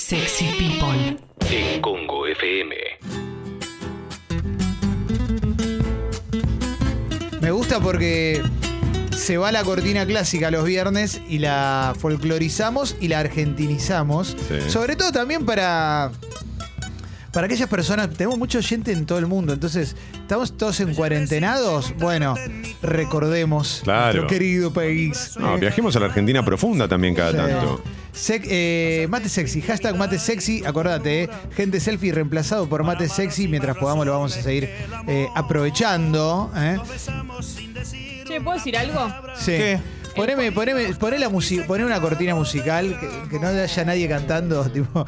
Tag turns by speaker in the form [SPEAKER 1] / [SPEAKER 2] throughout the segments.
[SPEAKER 1] Sexy People.
[SPEAKER 2] en Congo FM.
[SPEAKER 3] Me gusta porque se va la cortina clásica los viernes y la folclorizamos y la argentinizamos.
[SPEAKER 4] Sí.
[SPEAKER 3] Sobre todo también para. Para aquellas personas, tenemos mucha gente en todo el mundo, entonces, ¿estamos todos en cuarentenados? Bueno, recordemos
[SPEAKER 4] Claro.
[SPEAKER 3] nuestro querido país.
[SPEAKER 4] No, viajemos a la Argentina profunda también cada
[SPEAKER 3] Sí.
[SPEAKER 4] tanto.
[SPEAKER 3] Sec- eh, mate sexy, hashtag mate sexy, acordate, eh, gente selfie reemplazado por mate sexy, mientras podamos lo vamos a seguir eh, aprovechando. eh.
[SPEAKER 5] Che, ¿puedo decir algo?
[SPEAKER 3] Sí.
[SPEAKER 6] ¿Qué?
[SPEAKER 3] Poneme, poneme, poné la música, poné una cortina musical, que, que no haya nadie cantando, tipo,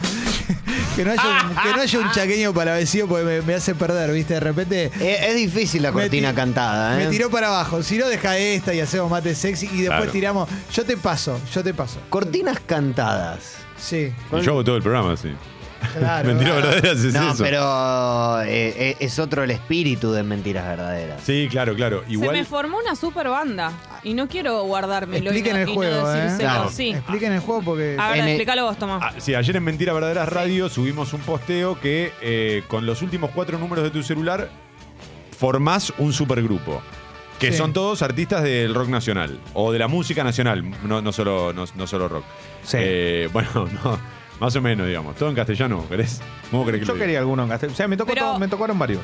[SPEAKER 3] que no haya un, que no haya un chaqueño palavecido porque me, me hace perder, viste, de repente
[SPEAKER 6] Es, es difícil la
[SPEAKER 3] Me
[SPEAKER 6] cortina
[SPEAKER 3] ti-
[SPEAKER 4] Ah,
[SPEAKER 6] cantada, ¿eh?
[SPEAKER 3] me tiró para abajo. Si no deja esta y hacemos mate sexy y después
[SPEAKER 4] Claro.
[SPEAKER 3] tiramos, yo te paso, yo te paso.
[SPEAKER 6] Cortinas cantadas.
[SPEAKER 3] Sí,
[SPEAKER 4] Y yo hago todo el programa, sí.
[SPEAKER 3] claro.
[SPEAKER 4] Mentira verdadera es
[SPEAKER 6] no,
[SPEAKER 4] eso.
[SPEAKER 6] pero eh, eh, es otro el espíritu de mentiras verdaderas.
[SPEAKER 4] Sí, claro, claro.
[SPEAKER 5] Se me
[SPEAKER 4] Igual.
[SPEAKER 5] formó una super banda y no quiero guardármelo. y
[SPEAKER 3] Expliquen
[SPEAKER 5] no-
[SPEAKER 3] el
[SPEAKER 5] y
[SPEAKER 3] juego,
[SPEAKER 5] no
[SPEAKER 3] ¿eh?
[SPEAKER 5] decírselo,
[SPEAKER 6] Claro.
[SPEAKER 5] sí.
[SPEAKER 3] Expliquen el juego porque.
[SPEAKER 5] A ver,
[SPEAKER 6] En el-
[SPEAKER 5] explícalo vos, Tomás.
[SPEAKER 4] Ah, sí, ayer en Mentira Verdaderas Radio subimos un posteo que eh, con los últimos cuatro números de tu celular formás un supergrupo. Que
[SPEAKER 3] Sí.
[SPEAKER 4] son todos artistas del rock nacional o de la música nacional, no, no solo, no, no solo rock.
[SPEAKER 3] Sí.
[SPEAKER 4] Eh, bueno, no, más o menos, digamos. Todo en castellano, ¿querés? ¿Cómo querés que
[SPEAKER 7] Yo
[SPEAKER 4] lo diga?
[SPEAKER 7] quería alguno en castellano. O sea, me, tocó
[SPEAKER 5] Pero-
[SPEAKER 7] todo- me tocaron varios.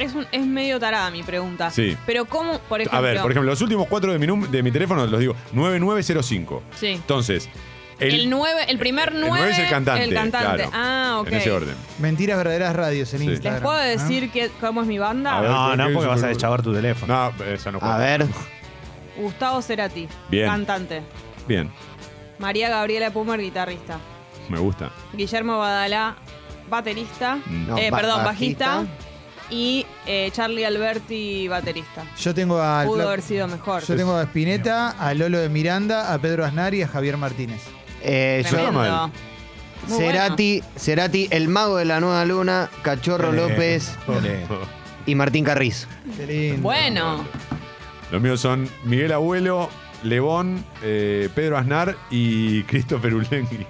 [SPEAKER 5] Es, un- es medio tarada mi pregunta.
[SPEAKER 4] Sí.
[SPEAKER 5] Pero cómo, por ejemplo.
[SPEAKER 4] A ver, por ejemplo, los últimos cuatro de mi, num- de mi teléfono los digo 9905.
[SPEAKER 5] Sí.
[SPEAKER 4] Entonces,
[SPEAKER 5] el, nueve, el primer
[SPEAKER 4] el
[SPEAKER 5] 9.
[SPEAKER 4] nueve es el cantante, claro.
[SPEAKER 5] Ah, ok.
[SPEAKER 4] En ese orden.
[SPEAKER 3] Mentiras verdaderas radios en
[SPEAKER 4] Sí.
[SPEAKER 3] Instagram.
[SPEAKER 5] ¿Les puedo
[SPEAKER 3] ¿ah?
[SPEAKER 5] decir que, cómo es mi banda?
[SPEAKER 4] A ver. No, no, porque vas a deschavar
[SPEAKER 7] tu teléfono.
[SPEAKER 4] No, esa no
[SPEAKER 6] A
[SPEAKER 4] juega.
[SPEAKER 6] ver,
[SPEAKER 5] Gustavo Cerati,
[SPEAKER 4] Bien.
[SPEAKER 5] cantante.
[SPEAKER 4] Bien,
[SPEAKER 5] María Gabriela Pumer, guitarrista.
[SPEAKER 4] me gusta.
[SPEAKER 5] Guillermo Badalá, baterista.
[SPEAKER 4] Mm.
[SPEAKER 6] No,
[SPEAKER 5] Eh,
[SPEAKER 6] ba-
[SPEAKER 5] perdón,
[SPEAKER 6] bajista.
[SPEAKER 5] bajista. Y eh, Charlie Alberti, baterista.
[SPEAKER 3] Yo tengo a.
[SPEAKER 5] Pudo haber sido mejor.
[SPEAKER 3] Ah, Yo tengo a Spinetta, a Lolo de Miranda, a Pedro Aznar y a Javier Martínez.
[SPEAKER 6] eh, yo,
[SPEAKER 5] Tremendo.
[SPEAKER 4] mal.
[SPEAKER 5] Muy
[SPEAKER 6] Cerati, Cerati, el mago de la nueva luna, Cachorro López
[SPEAKER 7] Eh,
[SPEAKER 6] y Martín Carriz.
[SPEAKER 3] Qué lindo.
[SPEAKER 5] Bueno. Bueno.
[SPEAKER 4] Los míos son Miguel Abuelo, Lebón, eh, Pedro Aznar y Christopher Ulengui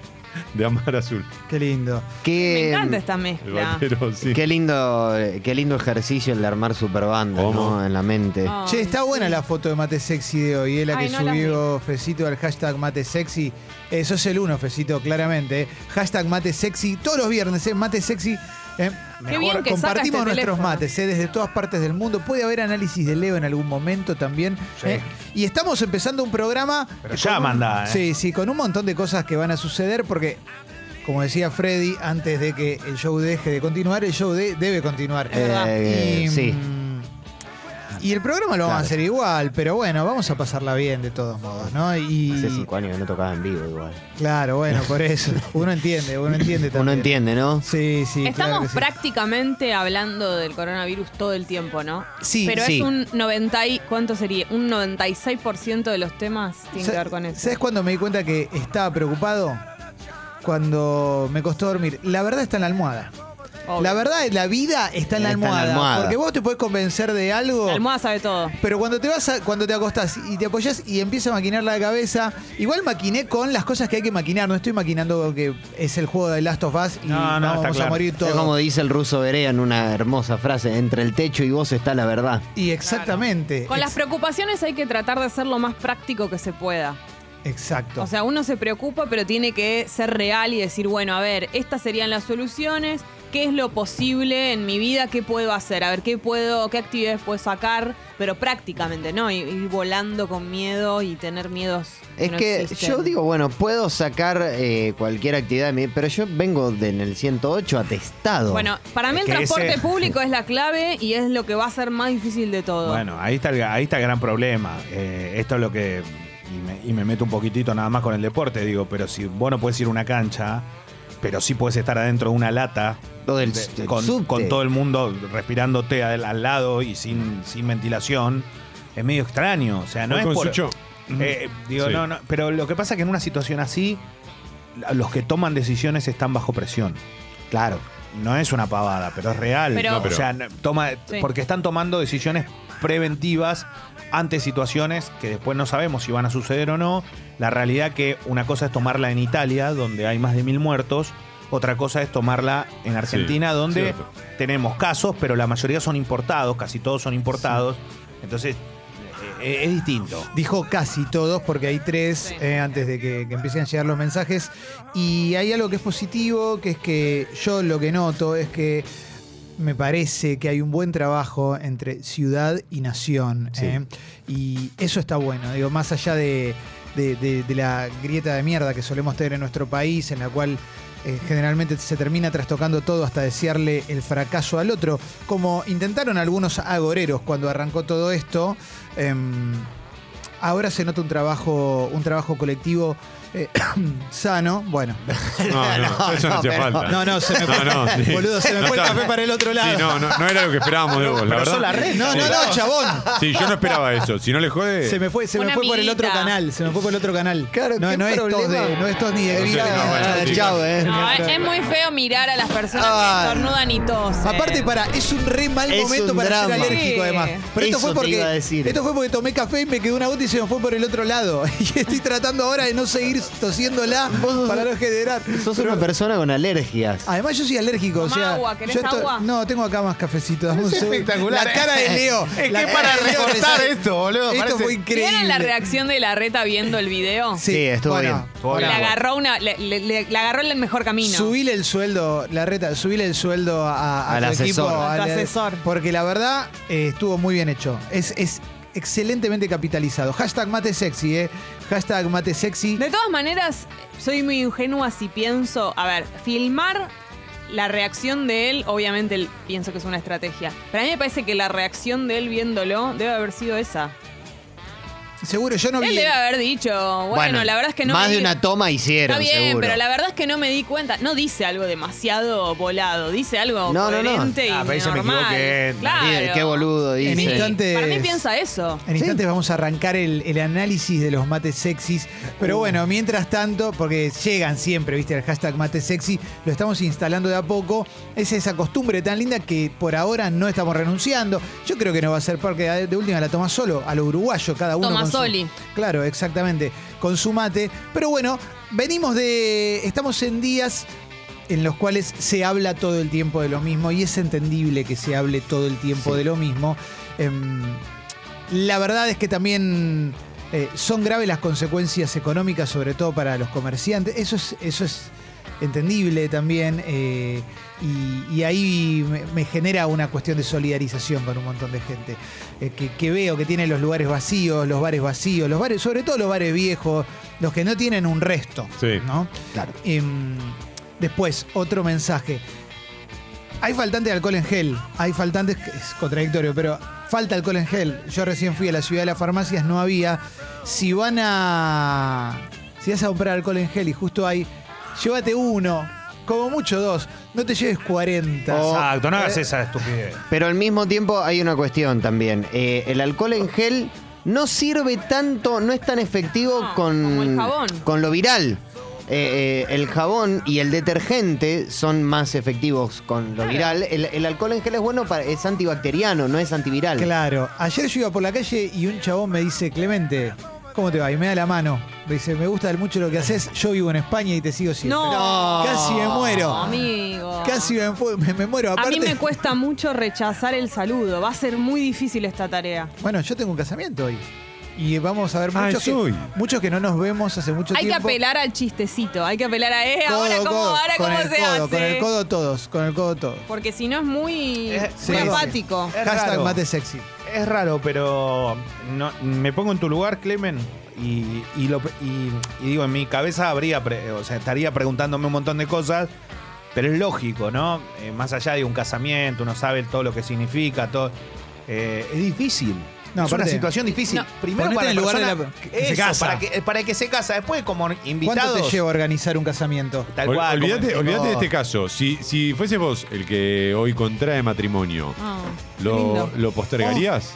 [SPEAKER 4] de Amar Azul.
[SPEAKER 3] Qué lindo.
[SPEAKER 5] Me
[SPEAKER 6] Qué,
[SPEAKER 5] encanta esta
[SPEAKER 4] El
[SPEAKER 5] mezcla.
[SPEAKER 4] batero, sí.
[SPEAKER 6] qué lindo, eh, qué lindo ejercicio el de armar superbandas,
[SPEAKER 4] ¿Cómo?
[SPEAKER 6] ¿no? En la mente.
[SPEAKER 5] Ay,
[SPEAKER 3] Che, está buena la foto de Mate Sexy de hoy, eh, la
[SPEAKER 5] Ay,
[SPEAKER 3] que
[SPEAKER 5] no la
[SPEAKER 3] subió Fecito al hashtag Mate Sexy. Eh, sos el uno, Fecito, claramente. eh. Hashtag Mate Sexy, todos los viernes, eh, Mate Sexy. eh.
[SPEAKER 5] Qué bien que saca
[SPEAKER 3] Compartimos
[SPEAKER 5] este
[SPEAKER 3] nuestros
[SPEAKER 5] teléfono.
[SPEAKER 3] mates eh, desde todas partes del mundo. Puede haber análisis de Leo en algún momento también. eh. Y estamos empezando un programa.
[SPEAKER 7] Pero
[SPEAKER 3] eh,
[SPEAKER 7] ya
[SPEAKER 3] con un-
[SPEAKER 7] mandá, eh.
[SPEAKER 3] Sí, sí, con un montón de cosas que van a suceder porque. Como decía Freddy, antes de que el show deje de continuar, el show de- debe continuar.
[SPEAKER 6] Eh, eh,
[SPEAKER 3] Y,
[SPEAKER 6] sí.
[SPEAKER 3] mm, y el programa lo vamos a
[SPEAKER 6] Claro.
[SPEAKER 3] hacer igual, pero bueno, vamos a pasarla bien de todos modos, ¿no? Y
[SPEAKER 6] Hace cinco años que no tocaba en vivo igual.
[SPEAKER 3] claro, bueno, por eso. Uno entiende, uno entiende también.
[SPEAKER 6] Uno entiende, ¿no?
[SPEAKER 3] Sí, sí. claro
[SPEAKER 5] Estamos
[SPEAKER 3] que sí.
[SPEAKER 5] prácticamente hablando del coronavirus todo el tiempo, ¿no?
[SPEAKER 3] Sí,
[SPEAKER 5] Pero
[SPEAKER 6] sí.
[SPEAKER 5] es un 90 y, ¿cuánto sería? Un 96% de los temas tienen que ver con eso.
[SPEAKER 3] ¿Sabes cuándo me di cuenta que estaba preocupado? Cuando me costó dormir. La verdad está en la almohada.
[SPEAKER 5] Obvio.
[SPEAKER 3] La verdad, la vida está en la,
[SPEAKER 6] Está en la
[SPEAKER 3] almohada,
[SPEAKER 6] almohada.
[SPEAKER 3] Porque vos te podés convencer de algo.
[SPEAKER 5] La almohada sabe todo.
[SPEAKER 3] Pero cuando te vas a- cuando te acostás y te apoyás y empieza a maquinar la cabeza, igual maquiné con las cosas que hay que maquinar, no estoy maquinando que es el juego de Last of Us y
[SPEAKER 7] No, no,
[SPEAKER 3] vamos
[SPEAKER 7] está
[SPEAKER 3] a
[SPEAKER 7] claro.
[SPEAKER 3] morir
[SPEAKER 6] Es como
[SPEAKER 3] todos.
[SPEAKER 6] dice el ruso Berea en una hermosa frase, entre el techo y vos está la verdad.
[SPEAKER 3] Y exactamente.
[SPEAKER 5] Con las
[SPEAKER 3] ex-
[SPEAKER 5] preocupaciones hay que tratar de ser lo más práctico que se pueda.
[SPEAKER 3] Exacto.
[SPEAKER 5] O sea, uno se preocupa, pero tiene que ser real y decir, bueno, a ver, estas serían las soluciones, qué es lo posible en mi vida, qué puedo hacer, a ver, qué puedo, qué actividades puedo sacar, pero prácticamente, ¿no? Ir, ir volando con miedo y tener miedos.
[SPEAKER 6] Es
[SPEAKER 5] no
[SPEAKER 6] que
[SPEAKER 5] existen.
[SPEAKER 6] yo digo, bueno, puedo sacar eh, cualquier actividad, de mi- pero yo vengo de- en el 108 atestado.
[SPEAKER 5] Bueno, para mí
[SPEAKER 7] Es
[SPEAKER 5] el
[SPEAKER 7] que
[SPEAKER 5] transporte
[SPEAKER 7] ese-
[SPEAKER 5] público es la clave y es lo que va a ser más difícil de todo.
[SPEAKER 7] Bueno, ahí está, el, ahí está el gran problema. Eh, esto es lo que. Y me, y me meto un poquitito nada más con el deporte, digo, pero si vos no puedes ir a una cancha, pero sí puedes estar adentro de una lata.
[SPEAKER 6] Lo del-
[SPEAKER 7] de-
[SPEAKER 6] del
[SPEAKER 7] con,
[SPEAKER 6] subte.
[SPEAKER 7] con todo el mundo respirándote al, al lado y sin, sin ventilación, es medio extraño. O sea, no
[SPEAKER 4] Voy
[SPEAKER 7] es
[SPEAKER 4] con
[SPEAKER 7] por-
[SPEAKER 4] Sucho.
[SPEAKER 7] Eh, digo,
[SPEAKER 4] Sí.
[SPEAKER 7] no, no, pero lo que pasa es que en una situación así, la- los que toman decisiones están bajo presión.
[SPEAKER 6] claro.
[SPEAKER 7] No es una pavada, pero es real.
[SPEAKER 5] Pero- No,
[SPEAKER 7] o
[SPEAKER 4] pero-
[SPEAKER 7] sea, no- toma,
[SPEAKER 5] Sí.
[SPEAKER 7] porque están tomando decisiones preventivas ante situaciones que después no sabemos si van a suceder o no. La realidad que una cosa es tomarla en Italia, donde hay más de mil muertos, Otra cosa es tomarla en Argentina,
[SPEAKER 4] Sí,
[SPEAKER 7] donde
[SPEAKER 4] cierto.
[SPEAKER 7] tenemos casos, pero la mayoría son importados, casi todos son importados. Entonces, eh, es distinto.
[SPEAKER 3] Dijo casi todos, porque hay tres
[SPEAKER 5] Sí.
[SPEAKER 3] eh, antes de que, que empiecen a llegar los mensajes. Y hay algo que es positivo, que es que yo lo que noto es que me parece que hay un buen trabajo entre ciudad y nación.
[SPEAKER 4] Sí.
[SPEAKER 3] ¿eh? Y eso está bueno, digo, más allá de, de- de- de la grieta de mierda que solemos tener en nuestro país, en la cual eh, generalmente se termina trastocando todo hasta desearle el fracaso al otro, como intentaron algunos agoreros cuando arrancó todo esto. em, Ahora se nota un trabajo, un trabajo colectivo eh, sano. Bueno.
[SPEAKER 4] No, no,
[SPEAKER 6] No,
[SPEAKER 4] eso no,
[SPEAKER 6] no,
[SPEAKER 4] hacía
[SPEAKER 6] pero-
[SPEAKER 4] falta.
[SPEAKER 3] No, no, se me fue.
[SPEAKER 4] No, no, sí.
[SPEAKER 3] Boludo, se me
[SPEAKER 4] No
[SPEAKER 3] fue el
[SPEAKER 4] está-
[SPEAKER 3] café para el otro lado.
[SPEAKER 4] Sí, no, no, no era lo que esperábamos de vos, la
[SPEAKER 7] Pero
[SPEAKER 4] verdad.
[SPEAKER 7] son las redes.
[SPEAKER 3] No,
[SPEAKER 4] Sí.
[SPEAKER 3] no, no, chabón.
[SPEAKER 4] Sí, yo no esperaba eso. Si no le jode.
[SPEAKER 3] Se me fue, se me
[SPEAKER 5] Una
[SPEAKER 3] fue por el otro
[SPEAKER 5] amiguita.
[SPEAKER 3] canal. Se me fue por el otro canal.
[SPEAKER 6] Claro,
[SPEAKER 3] no,
[SPEAKER 6] qué
[SPEAKER 3] no es tos
[SPEAKER 6] problema.
[SPEAKER 3] de, no es tos ni de
[SPEAKER 4] No sé,
[SPEAKER 3] gripe.
[SPEAKER 4] no,
[SPEAKER 3] ni
[SPEAKER 4] bueno,
[SPEAKER 3] nada.
[SPEAKER 6] Ah,
[SPEAKER 4] chicos.
[SPEAKER 6] Chao, eh.
[SPEAKER 5] No, es, es muy feo mirar a las personas
[SPEAKER 6] Ah.
[SPEAKER 5] que estornudan y tosen.
[SPEAKER 3] Aparte para es un re mal
[SPEAKER 6] Es
[SPEAKER 3] momento
[SPEAKER 6] un
[SPEAKER 3] para ser
[SPEAKER 6] drama.
[SPEAKER 3] alérgico
[SPEAKER 5] Sí.
[SPEAKER 3] además. Pero esto
[SPEAKER 6] Eso
[SPEAKER 3] fue
[SPEAKER 6] te
[SPEAKER 3] porque
[SPEAKER 6] iba a decir.
[SPEAKER 3] esto fue porque tomé café y me quedó una gota y se me fue por el otro lado y estoy tratando ahora de no seguir tosiéndola
[SPEAKER 6] Vos sos-
[SPEAKER 3] para no generar.
[SPEAKER 6] Sos una persona con alergias.
[SPEAKER 3] Además yo soy alérgico, o
[SPEAKER 5] Toma
[SPEAKER 3] sea,
[SPEAKER 5] agua, ¿querés
[SPEAKER 3] yo estoy-
[SPEAKER 5] agua?
[SPEAKER 3] no tengo acá más cafecito. dame un segundo.
[SPEAKER 7] espectacular, ¿eh?
[SPEAKER 3] La cara de Leo.
[SPEAKER 7] Es que
[SPEAKER 3] la cara
[SPEAKER 7] para
[SPEAKER 3] de Leo me
[SPEAKER 7] recortar
[SPEAKER 3] sale-
[SPEAKER 7] esto, boludo,
[SPEAKER 3] Esto
[SPEAKER 7] parece-
[SPEAKER 3] fue increíble.
[SPEAKER 5] ¿Vieron la reacción de la reta viendo el video?
[SPEAKER 6] Sí, estuvo
[SPEAKER 3] bueno,
[SPEAKER 6] bien.
[SPEAKER 7] Estuvo
[SPEAKER 5] Le
[SPEAKER 7] bien.
[SPEAKER 5] agarró una, le, le- le- le agarró el mejor camino.
[SPEAKER 3] Subile el sueldo, la reta, subile el sueldo a, a
[SPEAKER 6] Al
[SPEAKER 3] tu
[SPEAKER 6] asesor.
[SPEAKER 3] equipo,
[SPEAKER 5] A tu
[SPEAKER 3] al- eh,
[SPEAKER 5] asesor.
[SPEAKER 3] Porque la verdad eh, estuvo muy bien hecho. Es, es excelentemente capitalizado. Hashtag mate sexy, eh. Hashtag mate sexy.
[SPEAKER 5] De todas maneras, soy muy ingenua si pienso, a ver, filmar la reacción de él, obviamente él- pienso que es una estrategia. Pero a mí me parece que la reacción de él viéndolo debe haber sido esa.
[SPEAKER 3] Seguro, yo no
[SPEAKER 5] Él
[SPEAKER 3] vi.
[SPEAKER 5] debe haber dicho, bueno, la verdad es que no
[SPEAKER 6] Más
[SPEAKER 5] me
[SPEAKER 6] de
[SPEAKER 5] di-
[SPEAKER 6] una toma hicieron,
[SPEAKER 5] Está bien,
[SPEAKER 6] seguro.
[SPEAKER 5] pero la verdad es que no me di cuenta. No dice algo demasiado volado, dice algo
[SPEAKER 6] No, no, no.
[SPEAKER 5] coherente
[SPEAKER 7] Ah,
[SPEAKER 5] y
[SPEAKER 7] pero ahí se me
[SPEAKER 5] normal.
[SPEAKER 7] equivoqué.
[SPEAKER 5] Claro.
[SPEAKER 6] Qué boludo,
[SPEAKER 3] En
[SPEAKER 6] dice.
[SPEAKER 3] instantes.
[SPEAKER 5] Para mí piensa eso.
[SPEAKER 3] En instantes vamos a arrancar el, el análisis de los mates sexys. Pero bueno, mientras tanto, porque llegan siempre, viste, el hashtag mate sexy, lo estamos instalando de a poco. Es esa costumbre tan linda que por ahora no estamos renunciando. Yo creo que no va a ser porque de- de última la toma solo, a lo uruguayo, cada uno.
[SPEAKER 5] Toma
[SPEAKER 3] con su-
[SPEAKER 5] soli.
[SPEAKER 3] claro, exactamente, con su mate. Pero bueno, venimos de. Estamos en días en los cuales se habla todo el tiempo de lo mismo y es entendible que se hable todo el tiempo de lo mismo. Em, la verdad es que también eh, son graves las consecuencias económicas, sobre todo para los comerciantes. Eso es, eso es entendible también. eh, y, y ahí me, me genera una cuestión de solidarización con un montón de gente. eh, que, que veo que tiene los lugares vacíos, los bares vacíos, los bares, sobre todo los bares viejos, los que no tienen un resto.
[SPEAKER 4] Sí.
[SPEAKER 3] ¿no?
[SPEAKER 6] Claro.
[SPEAKER 3] Em, después, otro mensaje. Hay faltante de alcohol en gel. Hay faltantes, que es contradictorio, pero falta alcohol en gel. Yo recién fui a la ciudad de las farmacias, no había. Si van a. Si vas a comprar alcohol en gel y justo hay, llévate uno, como mucho dos. No te lleves 40.
[SPEAKER 7] Exacto, no hagas
[SPEAKER 3] Eh,
[SPEAKER 7] esa estupidez.
[SPEAKER 6] Pero al mismo tiempo hay una cuestión también. Eh, el alcohol en gel no sirve tanto, no es tan efectivo
[SPEAKER 5] No,
[SPEAKER 6] con,
[SPEAKER 5] Ah, como el jabón.
[SPEAKER 6] con lo viral. Eh, eh, el jabón y el detergente son más efectivos con lo viral. El, el alcohol en gel es bueno, para, es antibacteriano, no es antiviral.
[SPEAKER 3] Claro. Ayer yo iba por la calle y un chabón me dice, Clemente, ¿cómo te va? Y me da la mano. Me dice, me gusta mucho lo que haces, yo vivo en España y te sigo siempre.
[SPEAKER 5] No.
[SPEAKER 3] Casi me muero.
[SPEAKER 5] Amigo.
[SPEAKER 3] Casi me, fu- me- me muero.
[SPEAKER 5] A
[SPEAKER 3] Aparte,
[SPEAKER 5] mí me cuesta mucho rechazar el saludo. Va a ser muy difícil esta tarea.
[SPEAKER 3] Bueno, yo tengo un casamiento hoy. Y vamos a ver
[SPEAKER 4] Ah,
[SPEAKER 3] muchos,
[SPEAKER 4] es
[SPEAKER 3] que,
[SPEAKER 4] hoy.
[SPEAKER 3] muchos que no nos vemos hace mucho
[SPEAKER 5] Hay que
[SPEAKER 3] tiempo.
[SPEAKER 5] apelar al chistecito. Hay que apelar a, eh,
[SPEAKER 3] Codo,
[SPEAKER 5] ahora cómo,
[SPEAKER 3] codo,
[SPEAKER 5] ahora
[SPEAKER 3] con
[SPEAKER 5] cómo
[SPEAKER 3] el
[SPEAKER 5] se
[SPEAKER 3] codo,
[SPEAKER 5] hace.
[SPEAKER 3] Con el codo todos, con el codo todos.
[SPEAKER 5] Porque si no es muy,
[SPEAKER 7] Eh,
[SPEAKER 5] muy
[SPEAKER 3] sí, sí. Eh,
[SPEAKER 5] apático.
[SPEAKER 7] Es
[SPEAKER 3] Hashtag
[SPEAKER 7] raro.
[SPEAKER 3] mate sexy.
[SPEAKER 7] Es raro, pero no- me pongo en tu lugar, Clemen, y, y lo- y- y digo, en mi cabeza habría, pre- o sea, estaría preguntándome un montón de cosas, pero es lógico, ¿no? Eh, más allá de un casamiento, uno sabe todo lo que significa, todo. eh, es difícil.
[SPEAKER 3] No,
[SPEAKER 7] es una
[SPEAKER 3] aparte-
[SPEAKER 7] situación difícil.
[SPEAKER 5] No.
[SPEAKER 7] Primero
[SPEAKER 3] Ponete
[SPEAKER 7] para
[SPEAKER 3] en
[SPEAKER 7] la
[SPEAKER 3] el lugar
[SPEAKER 7] persona-
[SPEAKER 3] de la- que se
[SPEAKER 7] eso,
[SPEAKER 3] casa.
[SPEAKER 7] Para que, para que se casa. Después, como
[SPEAKER 3] ¿Cuánto
[SPEAKER 7] invitados.
[SPEAKER 3] te lleva a organizar un casamiento?
[SPEAKER 7] Tal
[SPEAKER 4] Ol-
[SPEAKER 7] cual. como-
[SPEAKER 4] olvídate,
[SPEAKER 7] como-
[SPEAKER 4] olvídate de este caso. Si, si fuese vos el que hoy contrae matrimonio,
[SPEAKER 5] Ah, qué
[SPEAKER 4] ¿lo,
[SPEAKER 5] lindo.
[SPEAKER 4] lo postergarías?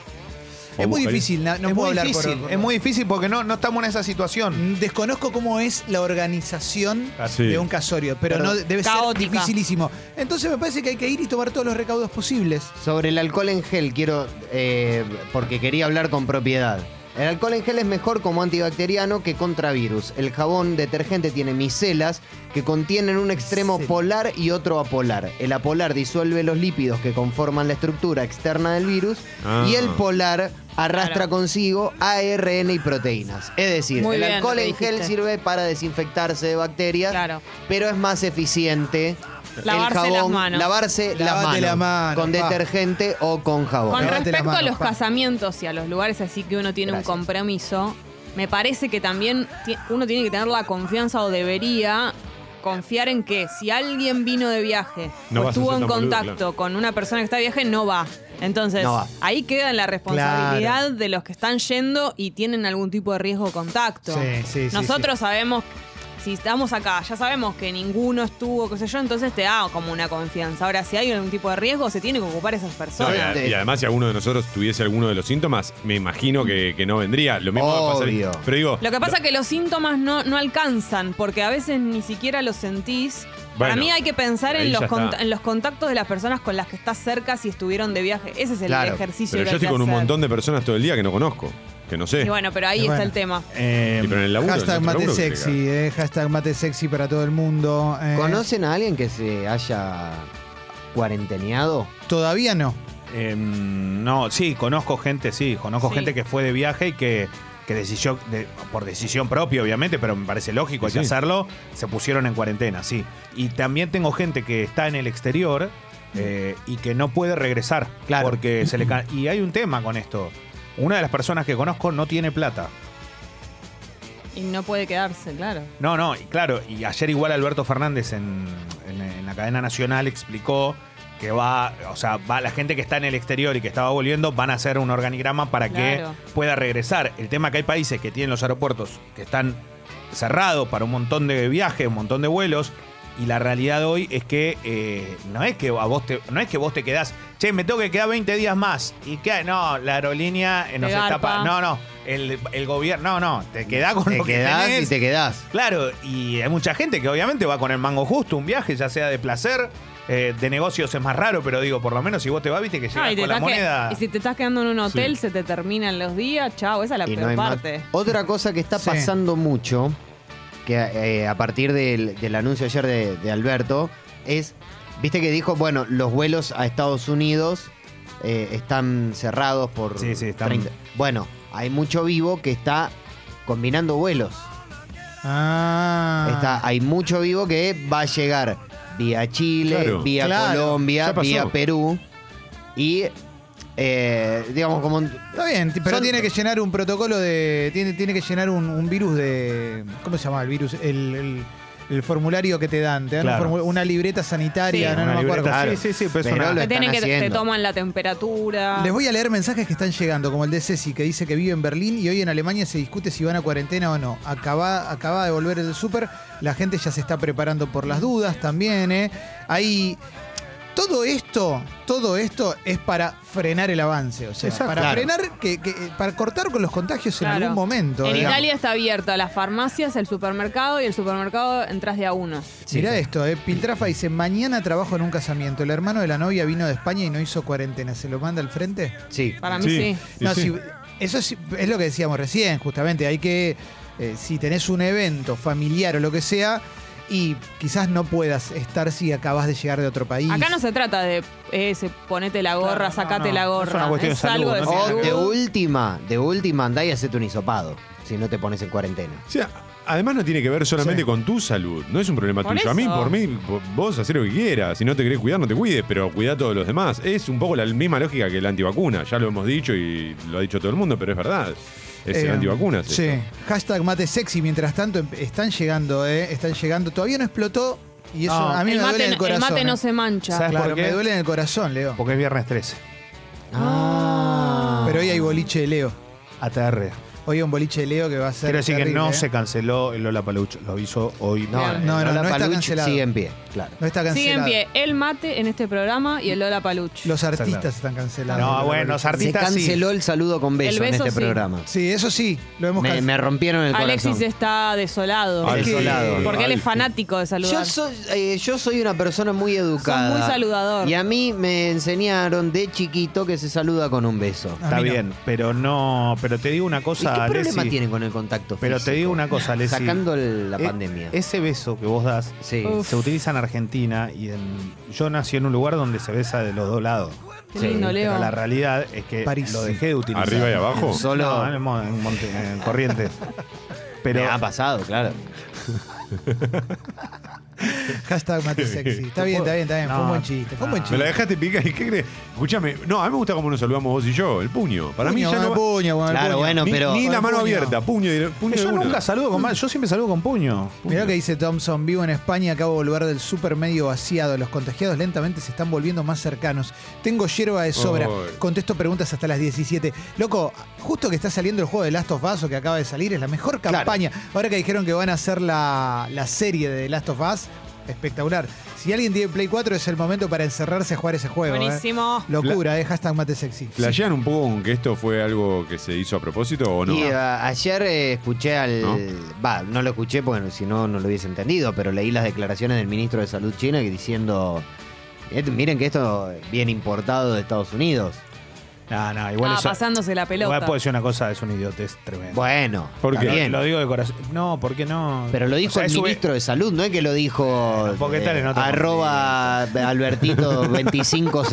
[SPEAKER 4] ¿O
[SPEAKER 3] Es muy
[SPEAKER 4] buscarías?
[SPEAKER 3] difícil, na- no puedo
[SPEAKER 7] es muy
[SPEAKER 3] hablar por-
[SPEAKER 7] difícil,
[SPEAKER 3] por-
[SPEAKER 7] es muy difícil porque no, no estamos en esa situación.
[SPEAKER 3] Mm, Desconozco cómo es la organización
[SPEAKER 4] Ah, sí.
[SPEAKER 3] de un casorio, pero no debe
[SPEAKER 5] Caótica.
[SPEAKER 3] ser dificilísimo. Entonces me parece que hay que ir y tomar todos los recaudos posibles.
[SPEAKER 6] Sobre el alcohol en gel, quiero, eh, porque quería hablar con propiedad. El alcohol en gel es mejor como antibacteriano que contra virus. El jabón detergente tiene micelas que contienen un extremo
[SPEAKER 3] Micelas.
[SPEAKER 6] polar y otro apolar. El apolar disuelve los lípidos que conforman la estructura externa del virus
[SPEAKER 4] Ah.
[SPEAKER 6] y el polar arrastra
[SPEAKER 5] Claro.
[SPEAKER 6] consigo ARN y proteínas. Es decir,
[SPEAKER 5] Muy
[SPEAKER 6] el
[SPEAKER 5] bien lo
[SPEAKER 6] alcohol
[SPEAKER 5] que
[SPEAKER 6] en gel
[SPEAKER 5] dijiste.
[SPEAKER 6] sirve para desinfectarse de bacterias,
[SPEAKER 5] Claro.
[SPEAKER 6] pero es más eficiente
[SPEAKER 5] Lavarse
[SPEAKER 6] el
[SPEAKER 5] las
[SPEAKER 6] jabón,
[SPEAKER 5] manos.
[SPEAKER 6] lavarse las
[SPEAKER 3] Lavate
[SPEAKER 6] manos Ah.
[SPEAKER 3] la mano,
[SPEAKER 6] con
[SPEAKER 3] pa.
[SPEAKER 6] detergente o con jabón.
[SPEAKER 5] Con
[SPEAKER 3] Lavate las
[SPEAKER 5] respecto a
[SPEAKER 3] manos,
[SPEAKER 5] los
[SPEAKER 3] pa.
[SPEAKER 5] casamientos y a los lugares así que uno tiene
[SPEAKER 6] Gracias.
[SPEAKER 5] un compromiso, me parece que también ti- uno tiene que tener la confianza o debería confiar en que si alguien vino de viaje
[SPEAKER 4] No
[SPEAKER 5] o
[SPEAKER 4] vas a
[SPEAKER 5] estuvo
[SPEAKER 4] ser
[SPEAKER 5] en
[SPEAKER 4] tan boludo,
[SPEAKER 5] contacto
[SPEAKER 4] claro.
[SPEAKER 5] con una persona que está de viaje, no va. Entonces,
[SPEAKER 6] No va.
[SPEAKER 5] ahí queda la responsabilidad de los que están yendo y tienen algún tipo de riesgo o contacto.
[SPEAKER 3] Sí, sí, sí,
[SPEAKER 5] Nosotros sabemos, si estamos acá, ya sabemos que ninguno estuvo, qué sé yo, entonces te da como una confianza. Ahora, si hay algún tipo de riesgo, se tiene que ocupar esas
[SPEAKER 4] No,
[SPEAKER 5] personas.
[SPEAKER 4] y, a- y además, si alguno de nosotros tuviese alguno de los síntomas, me imagino que, que no vendría. Lo mismo va a pasar-
[SPEAKER 6] Obvio.
[SPEAKER 4] Pero digo,
[SPEAKER 5] Lo que pasa es que los síntomas no, no alcanzan, porque a veces ni siquiera los sentís. Para
[SPEAKER 4] Bueno,
[SPEAKER 5] mí hay que pensar
[SPEAKER 4] ahí
[SPEAKER 5] en los,
[SPEAKER 4] ya
[SPEAKER 5] cont-
[SPEAKER 4] está.
[SPEAKER 5] en los contactos de las personas con las que estás cerca si estuvieron de viaje. Ese es el
[SPEAKER 6] Claro,
[SPEAKER 5] ejercicio
[SPEAKER 4] pero
[SPEAKER 5] que
[SPEAKER 4] yo
[SPEAKER 5] hay que
[SPEAKER 4] estoy con un
[SPEAKER 5] hacer.
[SPEAKER 4] montón de personas todo el día que no conozco, que no sé.
[SPEAKER 5] Y bueno, pero ahí
[SPEAKER 3] Y
[SPEAKER 5] está
[SPEAKER 3] bueno.
[SPEAKER 5] el tema.
[SPEAKER 7] Eh,
[SPEAKER 4] Y pero en el laburo,
[SPEAKER 3] Hashtag
[SPEAKER 4] en otro
[SPEAKER 3] mate
[SPEAKER 4] laburo que
[SPEAKER 3] sexy, eh, hashtag mate sexy para todo el mundo. eh.
[SPEAKER 6] ¿Conocen a alguien que se haya cuarenteneado?
[SPEAKER 3] Todavía no.
[SPEAKER 7] Em, no, sí, conozco gente, sí, conozco
[SPEAKER 5] Sí.
[SPEAKER 7] gente que fue de viaje y que, que decidió, de- por decisión propia, obviamente, pero me parece lógico hay
[SPEAKER 4] Sí.
[SPEAKER 7] que hacerlo, se pusieron en cuarentena, sí. Y también tengo gente que está en el exterior eh, y que no puede regresar.
[SPEAKER 6] Claro.
[SPEAKER 7] Porque se le ca- Y hay un tema con esto. Una de las personas que conozco no tiene plata.
[SPEAKER 5] Y no puede quedarse, claro.
[SPEAKER 7] No, no, y claro, y ayer igual Alberto Fernández en, en- en la cadena nacional explicó que va, o sea, va la gente que está en el exterior y que estaba volviendo van a hacer un organigrama para
[SPEAKER 5] Claro.
[SPEAKER 7] que pueda regresar. El tema que hay países que tienen los aeropuertos que están cerrados para un montón de viajes, un montón de vuelos. Y la realidad hoy es que eh, no es que a vos te, no es que vos te quedás, che, me tengo que quedar 20 días más. Y que no, la aerolínea eh, nos
[SPEAKER 5] Te
[SPEAKER 7] está
[SPEAKER 5] garpa.
[SPEAKER 7] pa- No, no. El, el gobierno. No, no. Te quedás con
[SPEAKER 6] Te
[SPEAKER 7] lo que
[SPEAKER 6] quedás y
[SPEAKER 7] tenés.
[SPEAKER 6] te quedás.
[SPEAKER 7] Claro, y hay mucha gente que obviamente va con el mango justo, un viaje, ya sea de placer, eh, de negocios es más raro, pero digo, por lo menos si vos te vas, viste que llegas
[SPEAKER 5] Ah, y, te
[SPEAKER 7] con la
[SPEAKER 5] estás que-
[SPEAKER 7] moneda.
[SPEAKER 5] y si te estás quedando en un hotel, se te terminan los días, chao, esa es la
[SPEAKER 6] Y no
[SPEAKER 5] peor
[SPEAKER 6] hay más.
[SPEAKER 5] parte.
[SPEAKER 6] Otra cosa que está
[SPEAKER 3] Sí.
[SPEAKER 6] pasando mucho, que eh, a partir del, del anuncio ayer de, de Alberto, es, viste que dijo, bueno, los vuelos a Estados Unidos eh, están cerrados por...
[SPEAKER 7] Sí, sí, están-
[SPEAKER 6] Bueno, hay mucho vivo que está combinando vuelos.
[SPEAKER 3] Ah.
[SPEAKER 6] Está, hay mucho vivo que va a llegar vía Chile,
[SPEAKER 4] Claro.
[SPEAKER 6] vía
[SPEAKER 3] Claro.
[SPEAKER 6] Colombia,
[SPEAKER 4] Ya pasó.
[SPEAKER 6] vía Perú y, eh, digamos, como... un-
[SPEAKER 3] Está bien, t- pero
[SPEAKER 6] Son-
[SPEAKER 3] tiene que llenar un protocolo de. Tiene, tiene que llenar un, un virus de. ¿Cómo se llama el virus? El, el- el formulario que te dan. Te dan un
[SPEAKER 7] Claro.
[SPEAKER 3] formu- una libreta sanitaria,
[SPEAKER 5] Sí,
[SPEAKER 3] no,
[SPEAKER 7] una
[SPEAKER 3] no me acuerdo.
[SPEAKER 7] libreta,
[SPEAKER 6] Claro.
[SPEAKER 7] Sí, sí, sí, pero es
[SPEAKER 6] Pero
[SPEAKER 7] una-
[SPEAKER 6] lo
[SPEAKER 5] Te, tienen
[SPEAKER 6] están
[SPEAKER 5] que, te
[SPEAKER 6] haciendo.
[SPEAKER 5] toman la temperatura.
[SPEAKER 3] Les voy a leer mensajes que están llegando, como el de Ceci, que dice que vive en Berlín y hoy en Alemania se discute si van a cuarentena o no. Acaba, acaba de volver del súper, la gente ya se está preparando por las dudas también, ¿eh? Hay. Todo esto, todo esto es para frenar el avance, o sea,
[SPEAKER 6] Exacto.
[SPEAKER 3] para
[SPEAKER 6] Claro.
[SPEAKER 3] frenar, que, que- para cortar con los contagios en
[SPEAKER 5] Claro.
[SPEAKER 3] algún momento.
[SPEAKER 5] En
[SPEAKER 3] ¿eh?
[SPEAKER 5] Italia está abierta las farmacias, el supermercado y el supermercado entras de a uno.
[SPEAKER 3] Mirá esto, eh. Piltrafa dice, mañana trabajo en un casamiento. El hermano de la novia vino de España y no hizo cuarentena. ¿Se lo manda al frente?
[SPEAKER 6] Sí.
[SPEAKER 5] Para mí
[SPEAKER 4] Sí.
[SPEAKER 5] sí.
[SPEAKER 4] Y
[SPEAKER 3] No,
[SPEAKER 4] sí.
[SPEAKER 3] si- eso sí- es lo que decíamos recién, justamente. Hay que, eh, si tenés un evento familiar o lo que sea, y quizás no puedas estar si acabas de llegar de otro país.
[SPEAKER 5] Acá no se trata de eh, se- ponete la gorra,
[SPEAKER 7] Claro, no,
[SPEAKER 5] sacate
[SPEAKER 7] no,
[SPEAKER 5] la
[SPEAKER 7] no,
[SPEAKER 5] gorra.
[SPEAKER 7] es una cuestión de
[SPEAKER 5] algo
[SPEAKER 7] salud,
[SPEAKER 5] de
[SPEAKER 7] no tiene
[SPEAKER 6] O
[SPEAKER 5] salud.
[SPEAKER 7] nada que
[SPEAKER 6] de última, de última andá y hacete un hisopado si no te pones en cuarentena.
[SPEAKER 4] O sea, además no tiene que ver solamente
[SPEAKER 3] Sí.
[SPEAKER 4] con tu salud, no es un problema
[SPEAKER 5] Por
[SPEAKER 4] tuyo. A mí,
[SPEAKER 5] eso.
[SPEAKER 4] por mí, po- vos hacer lo que quieras. Si no te querés cuidar, no te cuides, pero cuida a todos los demás. Es un poco la misma lógica que la antivacuna. Ya lo hemos dicho y lo ha dicho todo el mundo, pero es verdad. Es
[SPEAKER 3] Eh,
[SPEAKER 4] el antivacunas.
[SPEAKER 3] Sí.
[SPEAKER 4] esto.
[SPEAKER 3] Hashtag mate sexy. Mientras tanto, em- están llegando, eh, Están llegando. Todavía no explotó y eso
[SPEAKER 7] No.
[SPEAKER 3] a mí
[SPEAKER 5] El
[SPEAKER 3] me duele
[SPEAKER 5] mate,
[SPEAKER 3] en el
[SPEAKER 5] no- el
[SPEAKER 3] corazón.
[SPEAKER 5] mate no
[SPEAKER 3] eh.
[SPEAKER 5] se mancha.
[SPEAKER 7] ¿Sabes
[SPEAKER 3] Claro,
[SPEAKER 7] por qué?
[SPEAKER 3] me duele en el corazón, Leo.
[SPEAKER 7] Porque es viernes 13.
[SPEAKER 6] Ah.
[SPEAKER 3] Pero hoy hay boliche de Leo.
[SPEAKER 7] ATR.
[SPEAKER 3] Hoy hay un boliche de Leo que va a ser.
[SPEAKER 7] Quiero decir que
[SPEAKER 3] terrible,
[SPEAKER 7] no
[SPEAKER 3] ¿eh?
[SPEAKER 7] se canceló el Lola Palucho. Lo aviso hoy.
[SPEAKER 6] No,
[SPEAKER 5] Bien.
[SPEAKER 6] el
[SPEAKER 3] No, no, no está
[SPEAKER 6] Lollapalooza
[SPEAKER 3] cancelado.
[SPEAKER 6] Sigue en pie, claro.
[SPEAKER 3] No está
[SPEAKER 5] Sigue
[SPEAKER 3] cancelado.
[SPEAKER 5] en pie el mate en este programa y el Lola Paluch.
[SPEAKER 3] Los artistas
[SPEAKER 7] Cancelado.
[SPEAKER 3] están cancelados.
[SPEAKER 7] No, bueno, los
[SPEAKER 6] Se
[SPEAKER 7] artistas sí.
[SPEAKER 6] canceló el saludo con beso,
[SPEAKER 5] El beso
[SPEAKER 6] en este
[SPEAKER 5] sí.
[SPEAKER 6] programa.
[SPEAKER 3] Sí, eso sí, lo hemos
[SPEAKER 6] Me, me
[SPEAKER 3] cancelado.
[SPEAKER 6] rompieron el
[SPEAKER 5] Alexis
[SPEAKER 6] corazón.
[SPEAKER 5] está desolado.
[SPEAKER 3] Es que-
[SPEAKER 6] Desolado.
[SPEAKER 5] Porque él es
[SPEAKER 4] Alfie.
[SPEAKER 5] fanático de saludar.
[SPEAKER 6] Yo soy, eh, yo soy una persona muy educada.
[SPEAKER 5] Sos muy saludador.
[SPEAKER 6] Y a mí me enseñaron de chiquito que se saluda con un beso.
[SPEAKER 3] A
[SPEAKER 7] Está
[SPEAKER 3] mí no.
[SPEAKER 7] bien, pero no. Pero te digo una
[SPEAKER 6] ¿Y
[SPEAKER 7] cosa,
[SPEAKER 6] qué problema
[SPEAKER 7] Alessi.
[SPEAKER 6] tienen con el contacto físico?
[SPEAKER 7] Pero te digo una cosa, Alessi.
[SPEAKER 6] Sacando el- la
[SPEAKER 7] Eh,
[SPEAKER 6] pandemia.
[SPEAKER 7] Ese beso que vos das
[SPEAKER 6] Sí.
[SPEAKER 5] Uf.
[SPEAKER 7] se utiliza en Argentina y en, yo nací en un lugar donde se besa de los dos lados.
[SPEAKER 5] Qué
[SPEAKER 6] Sí,
[SPEAKER 5] lindo, Leo.
[SPEAKER 7] Pero la realidad es que
[SPEAKER 3] París.
[SPEAKER 7] lo dejé de utilizar.
[SPEAKER 4] ¿Arriba y abajo?
[SPEAKER 6] Solo-
[SPEAKER 7] No, en, Mon- en Monte- en Corrientes. Pero
[SPEAKER 6] Me ha pasado, claro.
[SPEAKER 3] Hashtag Mate Sexy. Está bien, está bien, está bien. fue un
[SPEAKER 7] No,
[SPEAKER 3] buen chiste. Fue un buen
[SPEAKER 7] no.
[SPEAKER 4] Me la
[SPEAKER 3] chiste.
[SPEAKER 4] dejaste picar y qué crees. Escúchame, no, a mí me gusta cómo nos saludamos vos y yo, el puño. Para
[SPEAKER 3] Puño,
[SPEAKER 4] mí
[SPEAKER 3] con
[SPEAKER 4] ya no.
[SPEAKER 3] el
[SPEAKER 4] va-
[SPEAKER 3] puño, con el
[SPEAKER 6] Claro,
[SPEAKER 3] puño.
[SPEAKER 6] bueno.
[SPEAKER 4] ni
[SPEAKER 6] pero-
[SPEAKER 4] ni
[SPEAKER 3] Con
[SPEAKER 4] la
[SPEAKER 3] el
[SPEAKER 4] mano
[SPEAKER 3] puño.
[SPEAKER 4] abierta, puño, dire- puño de
[SPEAKER 7] yo
[SPEAKER 4] una.
[SPEAKER 7] nunca saludo con mano, yo siempre saludo con puño.
[SPEAKER 3] Mirá lo que dice Thompson, vivo en España, acabo de volver del super medio vaciado. Los contagiados lentamente se están volviendo más cercanos. Tengo hierba de sobra.
[SPEAKER 4] Ay.
[SPEAKER 3] Contesto preguntas hasta las 17. Loco, justo que está saliendo el juego de Last of Us o que acaba de salir, es la mejor
[SPEAKER 6] Claro.
[SPEAKER 3] campaña. Ahora que dijeron que van a hacer la, la serie de Last of Us, espectacular. Si alguien tiene Play 4 es el momento para encerrarse a jugar ese juego. ¿eh?
[SPEAKER 5] Buenísimo.
[SPEAKER 3] Locura, eh, hashtag mate sexy.
[SPEAKER 4] ¿Flashean un poco con que esto fue algo que se hizo a propósito o no?
[SPEAKER 6] Y a- ayer eh, escuché al.
[SPEAKER 4] ¿No?
[SPEAKER 6] Va, no lo escuché porque si no, no lo hubiese entendido, pero leí las declaraciones del ministro de Salud china que diciendo. "Et- Miren que esto viene importado de Estados Unidos.
[SPEAKER 7] No, no, igual
[SPEAKER 5] Ah,
[SPEAKER 7] eso-
[SPEAKER 5] pasándose la pelota.
[SPEAKER 7] Igual puedo decir una cosa, es un idiotez tremendo.
[SPEAKER 6] Bueno,
[SPEAKER 4] ¿Por
[SPEAKER 6] está
[SPEAKER 4] qué?
[SPEAKER 6] bien.
[SPEAKER 7] Lo digo de corazón. No, ¿por qué no?
[SPEAKER 6] Pero lo dijo
[SPEAKER 7] O sea,
[SPEAKER 6] el
[SPEAKER 7] es su-
[SPEAKER 6] ministro de Salud, no es que lo dijo eh,
[SPEAKER 7] Bueno, porque tal en otro
[SPEAKER 6] arroba Albertito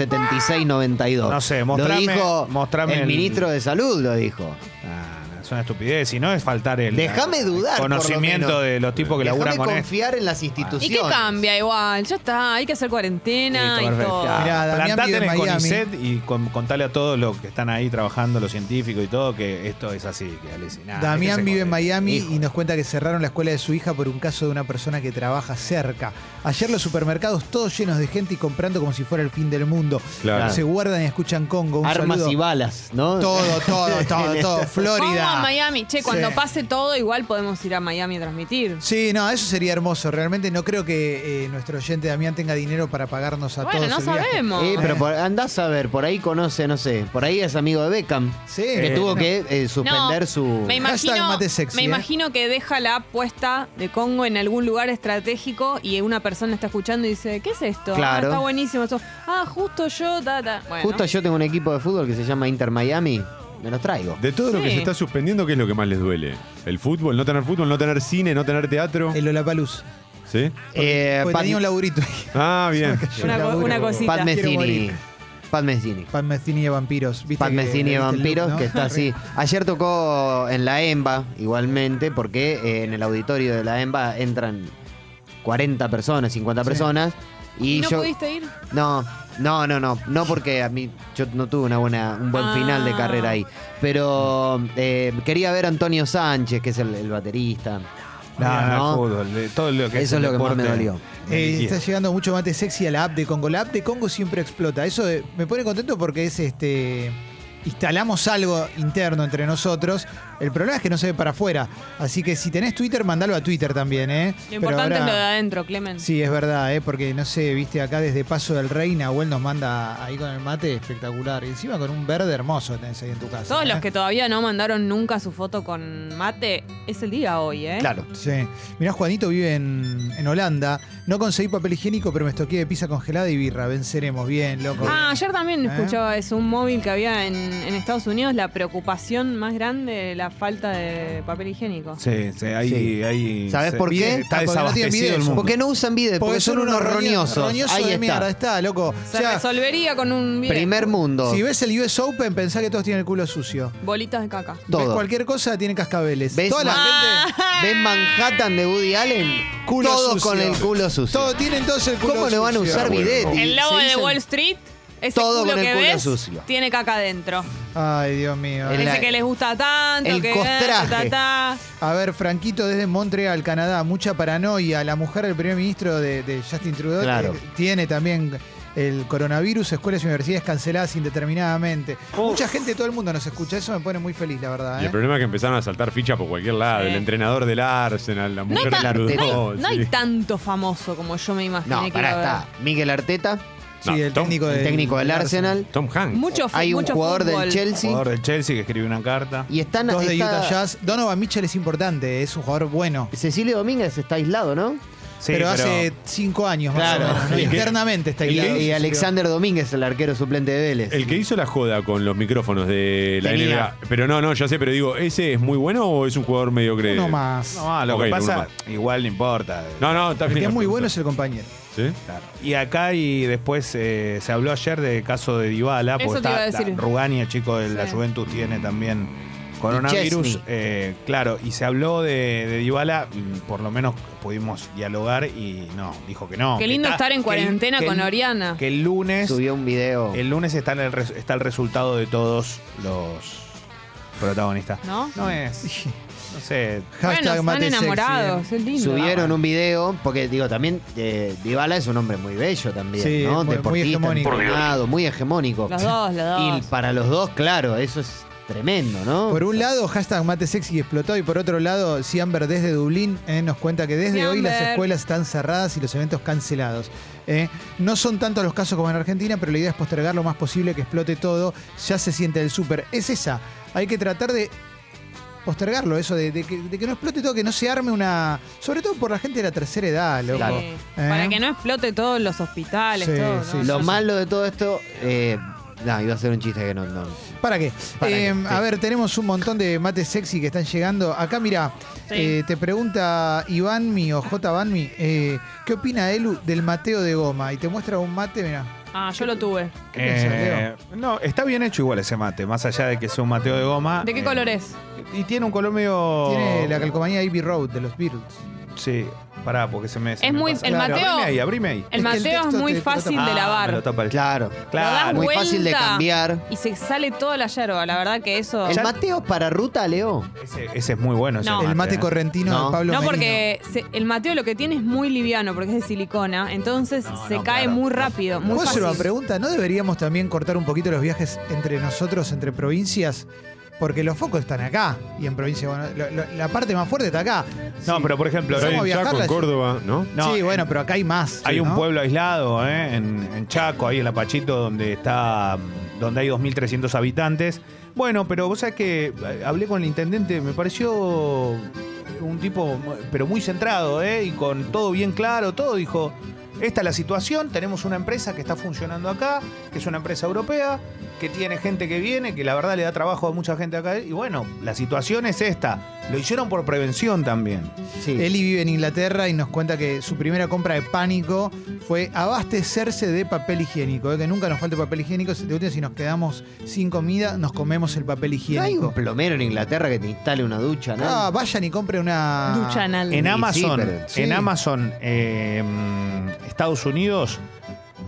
[SPEAKER 6] 257692.
[SPEAKER 7] No sé, mostrame-
[SPEAKER 6] Lo dijo
[SPEAKER 7] mostrame
[SPEAKER 6] el,
[SPEAKER 7] el-
[SPEAKER 6] ministro de Salud, lo dijo.
[SPEAKER 7] Ah, no, es una estupidez, y no es faltar el
[SPEAKER 6] Déjame dudar, por lo
[SPEAKER 7] conocimiento
[SPEAKER 6] menos.
[SPEAKER 7] de los tipos que laburan
[SPEAKER 6] Déjame
[SPEAKER 7] con esto.
[SPEAKER 6] confiar en las
[SPEAKER 5] ¿Y
[SPEAKER 6] instituciones.
[SPEAKER 5] qué cambia igual? Ya está, hay que hacer cuarentena
[SPEAKER 7] Listo,
[SPEAKER 5] y
[SPEAKER 7] perfecto.
[SPEAKER 5] todo.
[SPEAKER 7] Ah,
[SPEAKER 3] Mirá, Damián
[SPEAKER 7] plantate
[SPEAKER 3] vive
[SPEAKER 7] en
[SPEAKER 3] en
[SPEAKER 7] el
[SPEAKER 3] Miami.
[SPEAKER 7] CONICET y con- contale a todos los que están ahí trabajando, los científicos y todo, que esto es así. Que alucinante.
[SPEAKER 3] Damián
[SPEAKER 7] Déjese
[SPEAKER 3] vive en
[SPEAKER 7] joder.
[SPEAKER 3] Miami
[SPEAKER 7] Hijo.
[SPEAKER 3] y nos cuenta que cerraron la escuela de su hija por un caso de una persona que trabaja cerca. Ayer los supermercados todos llenos de gente y comprando como si fuera el fin del mundo.
[SPEAKER 4] Claro.
[SPEAKER 3] Se guardan y escuchan Congo. Un
[SPEAKER 6] Armas
[SPEAKER 3] saludo.
[SPEAKER 6] y balas, ¿no? Eh,
[SPEAKER 3] Todo, todo, todo, todo.
[SPEAKER 5] Vamos a
[SPEAKER 3] Florida.
[SPEAKER 5] Miami. Che, cuando
[SPEAKER 3] Sí.
[SPEAKER 5] pase todo, igual podemos ir a Miami a transmitir.
[SPEAKER 3] Sí, no, eso sería hermoso. Realmente no creo que eh, nuestro oyente Damián tenga dinero para pagarnos a
[SPEAKER 5] bueno,
[SPEAKER 3] todos.
[SPEAKER 5] no
[SPEAKER 3] el viaje.
[SPEAKER 5] sabemos.
[SPEAKER 6] Eh, pero por- andás a ver, por ahí conoce, no sé, por ahí es amigo de Beckham,
[SPEAKER 3] Sí.
[SPEAKER 6] que
[SPEAKER 3] Eh,
[SPEAKER 6] tuvo
[SPEAKER 3] no.
[SPEAKER 6] que eh, suspender su...
[SPEAKER 5] Me imagino,
[SPEAKER 3] mate sexy,
[SPEAKER 5] me
[SPEAKER 3] eh.
[SPEAKER 5] imagino que deja la apuesta de Congo en algún lugar estratégico y una persona está escuchando y dice, ¿qué es esto?
[SPEAKER 6] Claro.
[SPEAKER 5] Ah, está buenísimo eso. Ah, justo yo, ta, ta. Bueno.
[SPEAKER 6] Justo yo tengo un equipo de fútbol que se llama Inter Miami, me los traigo.
[SPEAKER 4] De todo lo que
[SPEAKER 5] Sí.
[SPEAKER 4] se está suspendiendo, ¿qué es lo que más les duele? ¿El fútbol? ¿No tener fútbol? ¿No tener cine? ¿No tener teatro?
[SPEAKER 3] El Olapaluz.
[SPEAKER 4] ¿Sí?
[SPEAKER 6] Eh,
[SPEAKER 3] Porque
[SPEAKER 6] Pat-
[SPEAKER 3] tenía un laburito ahí.
[SPEAKER 4] Ah, bien.
[SPEAKER 5] una, co- una cosita.
[SPEAKER 6] Pat
[SPEAKER 3] Quiero
[SPEAKER 6] Messini.
[SPEAKER 3] morir.
[SPEAKER 6] Pat Messini.
[SPEAKER 3] Pan Messini de vampiros. ¿viste
[SPEAKER 6] Pat
[SPEAKER 3] que-
[SPEAKER 6] Messini de
[SPEAKER 3] viste el look,
[SPEAKER 6] Vampiros,
[SPEAKER 3] no?
[SPEAKER 6] que está así. Ayer tocó en la EMBA, igualmente, porque eh, en el auditorio de la EMBA entran 40 personas, 50
[SPEAKER 3] Sí.
[SPEAKER 6] personas. Y
[SPEAKER 5] ¿Y no
[SPEAKER 6] yo.
[SPEAKER 5] pudiste ir?
[SPEAKER 6] No, no, no, no. No porque a mí yo no tuve una buena, un buen
[SPEAKER 5] Ah.
[SPEAKER 6] final de carrera ahí. Pero eh, quería ver a Antonio Sánchez, que es el, el baterista.
[SPEAKER 7] No, no,
[SPEAKER 6] ¿No?
[SPEAKER 7] el fútbol, de todo lo que
[SPEAKER 6] Eso es lo que más me
[SPEAKER 7] deporte.
[SPEAKER 6] dolió.
[SPEAKER 3] Eh, está llegando mucho mate sexy a la app de Congo. La app de Congo siempre explota. Eso eh, me pone contento porque es este. Instalamos algo interno entre nosotros. El problema es que no se ve para afuera. Así que si tenés Twitter, mandalo a Twitter también, ¿eh?
[SPEAKER 5] Lo
[SPEAKER 3] Pero
[SPEAKER 5] importante
[SPEAKER 3] ahora-
[SPEAKER 5] es lo de adentro, Clemen.
[SPEAKER 3] Sí, es verdad, ¿eh? Porque no sé, viste, acá desde Paso del Rey, Nahuel nos manda ahí con el mate espectacular. Y encima con un verde hermoso tenés ahí en tu casa.
[SPEAKER 5] Todos los
[SPEAKER 3] ¿eh?
[SPEAKER 5] que todavía no mandaron nunca su foto con mate, es el día hoy, ¿eh?
[SPEAKER 6] Claro.
[SPEAKER 3] Sí. Mirá, Juanito vive en, en Holanda. No conseguí papel higiénico, pero me estoqué de pizza congelada y birra. Venceremos bien, loco.
[SPEAKER 5] Ah, ayer también
[SPEAKER 3] ¿Eh?
[SPEAKER 5] escuchaba eso, un móvil que había en, en Estados Unidos, la preocupación más grande, la falta de papel higiénico.
[SPEAKER 7] Sí, sí, ahí.
[SPEAKER 6] Sí.
[SPEAKER 7] ahí
[SPEAKER 6] ¿Sabés
[SPEAKER 7] se-
[SPEAKER 6] por qué?
[SPEAKER 7] Está
[SPEAKER 3] Ah, porque no tienen
[SPEAKER 7] desabastecido
[SPEAKER 3] video,
[SPEAKER 7] el mundo.
[SPEAKER 6] Porque no usan bidet, Eh, porque, son, unos roñosos. Ahí
[SPEAKER 3] de
[SPEAKER 6] está.
[SPEAKER 3] mierda, está, loco. O
[SPEAKER 5] Se
[SPEAKER 3] sea,
[SPEAKER 5] resolvería con un video.
[SPEAKER 6] Primer mundo.
[SPEAKER 3] si ves el US Open, pensá que todos tienen el culo sucio.
[SPEAKER 5] Bolitas de caca.
[SPEAKER 3] Ves
[SPEAKER 6] todo.
[SPEAKER 3] cualquier cosa, tiene cascabeles.
[SPEAKER 6] ¿Ves,
[SPEAKER 3] Toda la
[SPEAKER 6] Ma-
[SPEAKER 3] gente,
[SPEAKER 6] ¿Ves Manhattan de Woody Allen?
[SPEAKER 3] culo
[SPEAKER 6] Todos
[SPEAKER 3] sucio.
[SPEAKER 6] con el culo sucio.
[SPEAKER 3] Todo, tienen todos el culo
[SPEAKER 6] ¿Cómo no van a
[SPEAKER 3] sucio.
[SPEAKER 6] usar
[SPEAKER 4] Bueno.
[SPEAKER 6] bidet? Y
[SPEAKER 5] El logo
[SPEAKER 6] se
[SPEAKER 5] de
[SPEAKER 6] dicen-
[SPEAKER 5] Wall Street, ese
[SPEAKER 6] Todo
[SPEAKER 5] culo
[SPEAKER 6] con el
[SPEAKER 5] que
[SPEAKER 6] culo
[SPEAKER 5] ves,
[SPEAKER 6] sucio.
[SPEAKER 5] tiene caca adentro.
[SPEAKER 3] Ay, Dios mío. eh.
[SPEAKER 6] El-
[SPEAKER 5] Ese
[SPEAKER 6] la-
[SPEAKER 5] que les gusta tanto,
[SPEAKER 6] el
[SPEAKER 5] que ta,
[SPEAKER 6] costraje.
[SPEAKER 5] ta.
[SPEAKER 3] A ver, Franquito desde Montreal, Canadá, mucha paranoia. La mujer del primer ministro de, de Justin Trudeau
[SPEAKER 6] Claro.
[SPEAKER 3] eh, tiene también el coronavirus, escuelas y universidades canceladas indeterminadamente.
[SPEAKER 2] Uf.
[SPEAKER 3] Mucha gente, todo el mundo nos escucha. Eso me pone muy feliz, la verdad.
[SPEAKER 4] Y el
[SPEAKER 3] ¿eh?
[SPEAKER 4] problema es que empezaron a saltar fichas por cualquier lado.
[SPEAKER 5] Sí.
[SPEAKER 4] El entrenador del Arsenal, la
[SPEAKER 5] No hay,
[SPEAKER 4] mujer
[SPEAKER 5] tan-
[SPEAKER 4] del
[SPEAKER 5] no hay-
[SPEAKER 4] Arsenal,
[SPEAKER 5] no hay
[SPEAKER 4] sí.
[SPEAKER 5] tanto famoso como yo me imaginé
[SPEAKER 6] No,
[SPEAKER 5] que
[SPEAKER 6] pará,
[SPEAKER 5] iba a haber.
[SPEAKER 6] está. Miguel Arteta,
[SPEAKER 3] Sí,
[SPEAKER 4] No,
[SPEAKER 3] el
[SPEAKER 4] Tom-
[SPEAKER 3] técnico,
[SPEAKER 6] el técnico del Arsenal.
[SPEAKER 4] Tom Hanks.
[SPEAKER 5] Mucho, fu-
[SPEAKER 6] Hay un
[SPEAKER 5] mucho
[SPEAKER 6] jugador
[SPEAKER 5] fútbol.
[SPEAKER 6] del Chelsea.
[SPEAKER 7] Jugador del Chelsea que escribió una carta.
[SPEAKER 6] Y están.
[SPEAKER 3] Dos de
[SPEAKER 6] está-
[SPEAKER 3] Utah Jazz. Donovan Mitchell es importante, es un jugador bueno.
[SPEAKER 6] Cecilio Domínguez está aislado, ¿no?
[SPEAKER 7] Sí,
[SPEAKER 3] pero, hace cinco años más
[SPEAKER 6] Claro.
[SPEAKER 3] o menos, ¿no?
[SPEAKER 4] ¿Y qué-
[SPEAKER 3] Internamente está
[SPEAKER 4] y
[SPEAKER 6] Y,
[SPEAKER 3] aislado.
[SPEAKER 6] y Alexander Domínguez, el arquero suplente de Vélez.
[SPEAKER 4] El que hizo la joda con los micrófonos de la
[SPEAKER 6] Tenía.
[SPEAKER 4] NBA. Pero no, no, ya sé, pero digo, ¿ese es muy bueno o es un jugador mediocre?
[SPEAKER 3] Uno más.
[SPEAKER 7] No, ah, lo
[SPEAKER 4] Ok,
[SPEAKER 7] que
[SPEAKER 4] no,
[SPEAKER 7] pasa,
[SPEAKER 4] uno
[SPEAKER 7] igual no importa.
[SPEAKER 4] No, no, está
[SPEAKER 3] El
[SPEAKER 4] bien.
[SPEAKER 3] que es muy bueno es el compañero.
[SPEAKER 4] ¿Sí?
[SPEAKER 7] Claro. Y acá y después eh, se habló ayer del caso de Dybala,
[SPEAKER 5] Eso
[SPEAKER 7] porque
[SPEAKER 5] te iba a
[SPEAKER 7] está
[SPEAKER 5] decir.
[SPEAKER 7] la- Rugani, el chico de la
[SPEAKER 5] Sí.
[SPEAKER 7] Juventus, tiene también coronavirus.
[SPEAKER 6] Chesney.
[SPEAKER 7] Eh, claro, y se habló de, de Dybala, y por lo menos pudimos dialogar y no, dijo que no.
[SPEAKER 5] Qué lindo
[SPEAKER 7] Que está-
[SPEAKER 5] estar en
[SPEAKER 7] que el-
[SPEAKER 5] cuarentena
[SPEAKER 7] que el-
[SPEAKER 5] con Oriana.
[SPEAKER 7] Que el lunes,
[SPEAKER 6] Subió un video.
[SPEAKER 7] el lunes está, en el, res- está el resultado de todos los protagonistas.
[SPEAKER 5] ¿No?
[SPEAKER 7] No es, no sé,
[SPEAKER 5] Bueno, están
[SPEAKER 3] mate sexy,
[SPEAKER 5] enamorados,
[SPEAKER 3] ¿eh?
[SPEAKER 5] es lindo.
[SPEAKER 6] Subieron un video, porque digo, también eh, Dybala es un hombre muy bello también,
[SPEAKER 3] Sí,
[SPEAKER 6] ¿no?
[SPEAKER 3] muy- muy
[SPEAKER 6] Deportista,
[SPEAKER 3] hegemónico.
[SPEAKER 6] entrenado, muy hegemónico.
[SPEAKER 5] Los dos, los
[SPEAKER 6] Y
[SPEAKER 5] dos.
[SPEAKER 6] para los dos, claro, eso es tremendo, ¿no?
[SPEAKER 3] Por un lado, hashtag mate sexy explotó y por otro lado, Siamber desde Dublín eh, nos cuenta que desde hoy las
[SPEAKER 5] Siamber.
[SPEAKER 3] escuelas están cerradas y los eventos cancelados. Eh, no son tantos los casos como en Argentina, pero la idea es postergar lo más posible que explote todo. Ya se siente el súper. Es esa. Hay que tratar de postergarlo, eso de, de que, de que no explote todo, que no se arme una... Sobre todo por la gente de la tercera edad, loco.
[SPEAKER 6] Claro.
[SPEAKER 5] Sí.
[SPEAKER 3] ¿Eh?
[SPEAKER 5] Para que no explote todos los hospitales,
[SPEAKER 3] Sí,
[SPEAKER 5] todo.
[SPEAKER 3] sí.
[SPEAKER 5] ¿no?
[SPEAKER 6] Lo
[SPEAKER 5] Yo-
[SPEAKER 6] malo de todo esto, eh, nah, iba a ser un chiste que no. no.
[SPEAKER 3] ¿Para qué?
[SPEAKER 6] ¿Para
[SPEAKER 3] Eh,
[SPEAKER 6] qué?
[SPEAKER 3] A
[SPEAKER 6] Sí.
[SPEAKER 3] ver, tenemos un montón de mates sexy que están llegando. Acá, mira,
[SPEAKER 5] Sí.
[SPEAKER 3] te pregunta Ivanmi o J. Banmi, eh, ¿qué opina Elu del mateo de goma? Y te muestra un mate, mira.
[SPEAKER 5] Ah, yo lo tuve.
[SPEAKER 3] ¿Qué pensás,
[SPEAKER 7] Eh, no, está bien hecho igual ese mate, más allá de que sea un mateo de goma.
[SPEAKER 5] ¿De qué
[SPEAKER 6] Ah,
[SPEAKER 7] Eh,
[SPEAKER 5] color es?
[SPEAKER 7] Y tiene un color medio.
[SPEAKER 3] Tiene la calcomanía Ivy Road de los Beatles.
[SPEAKER 7] Sí, pará, porque se me. se
[SPEAKER 5] Es
[SPEAKER 7] me
[SPEAKER 5] muy-
[SPEAKER 7] pasa.
[SPEAKER 5] el
[SPEAKER 7] Claro,
[SPEAKER 5] mateo-
[SPEAKER 7] Abrime ahí, abrime ahí.
[SPEAKER 5] El
[SPEAKER 3] el
[SPEAKER 5] mateo es
[SPEAKER 3] texto
[SPEAKER 5] muy
[SPEAKER 3] te- te lo
[SPEAKER 5] fácil
[SPEAKER 3] tapa.
[SPEAKER 5] de
[SPEAKER 7] Ah, me lo
[SPEAKER 5] lavar.
[SPEAKER 7] tapa el-
[SPEAKER 6] Claro.
[SPEAKER 5] das
[SPEAKER 7] Claro.
[SPEAKER 6] Muy
[SPEAKER 5] vuelta.
[SPEAKER 6] fácil de cambiar.
[SPEAKER 5] Y se sale toda la yerba, la verdad que eso.
[SPEAKER 6] El mateo es para ruta, Leo.
[SPEAKER 7] Ese, ese es muy bueno. ese
[SPEAKER 5] No.
[SPEAKER 3] El mate
[SPEAKER 7] ¿eh?
[SPEAKER 3] correntino
[SPEAKER 6] No.
[SPEAKER 3] de Pablo
[SPEAKER 5] No,
[SPEAKER 3] Merino.
[SPEAKER 5] porque se- el mateo lo que tiene es muy liviano, porque es de silicona, entonces
[SPEAKER 7] No,
[SPEAKER 5] se
[SPEAKER 7] no,
[SPEAKER 5] cae
[SPEAKER 7] claro.
[SPEAKER 5] muy rápido, muy
[SPEAKER 3] ¿Puedo hacer una
[SPEAKER 5] fácil.
[SPEAKER 3] pregunta? ¿No deberíamos también cortar un poquito los viajes entre nosotros, entre provincias? Porque los focos están acá y en provincia, bueno, lo- lo- la parte más fuerte está acá.
[SPEAKER 7] No, pero por ejemplo,
[SPEAKER 4] Pero
[SPEAKER 3] Somos
[SPEAKER 4] hay
[SPEAKER 7] hay,
[SPEAKER 4] en
[SPEAKER 3] viajar
[SPEAKER 4] Chaco, en
[SPEAKER 3] la-
[SPEAKER 4] Córdoba, ¿no?
[SPEAKER 7] no,
[SPEAKER 3] sí,
[SPEAKER 7] en-
[SPEAKER 3] bueno, pero acá hay más.
[SPEAKER 7] hay un
[SPEAKER 3] ¿no?
[SPEAKER 7] pueblo aislado, ¿eh? en, en Chaco, ahí en La Pachito, donde está. donde hay 2.300 habitantes. Bueno, pero vos sabés que eh, hablé con el intendente, me pareció un tipo, mu- pero muy centrado, ¿eh? Y con todo bien claro, todo dijo. Esta es la situación, tenemos una empresa que está funcionando acá, que es una empresa europea, que tiene gente que viene, que la verdad le da trabajo a mucha gente acá. Y bueno, la situación es esta. Lo hicieron por prevención también.
[SPEAKER 6] Sí.
[SPEAKER 3] Eli vive en Inglaterra y nos cuenta que su primera compra de pánico fue abastecerse de papel higiénico. ¿eh? Que nunca nos falte papel higiénico. Si, de última, si nos quedamos sin comida, nos comemos el papel
[SPEAKER 6] No hay un
[SPEAKER 3] higiénico.
[SPEAKER 6] plomero en Inglaterra que te instale una ducha, ¿no?
[SPEAKER 3] Ah, vayan y compre una.
[SPEAKER 5] Ducha anal.
[SPEAKER 7] En
[SPEAKER 6] Sí,
[SPEAKER 7] Amazon,
[SPEAKER 6] sí, pero-
[SPEAKER 3] sí.
[SPEAKER 7] en Amazon, eh, mm, Estados Unidos,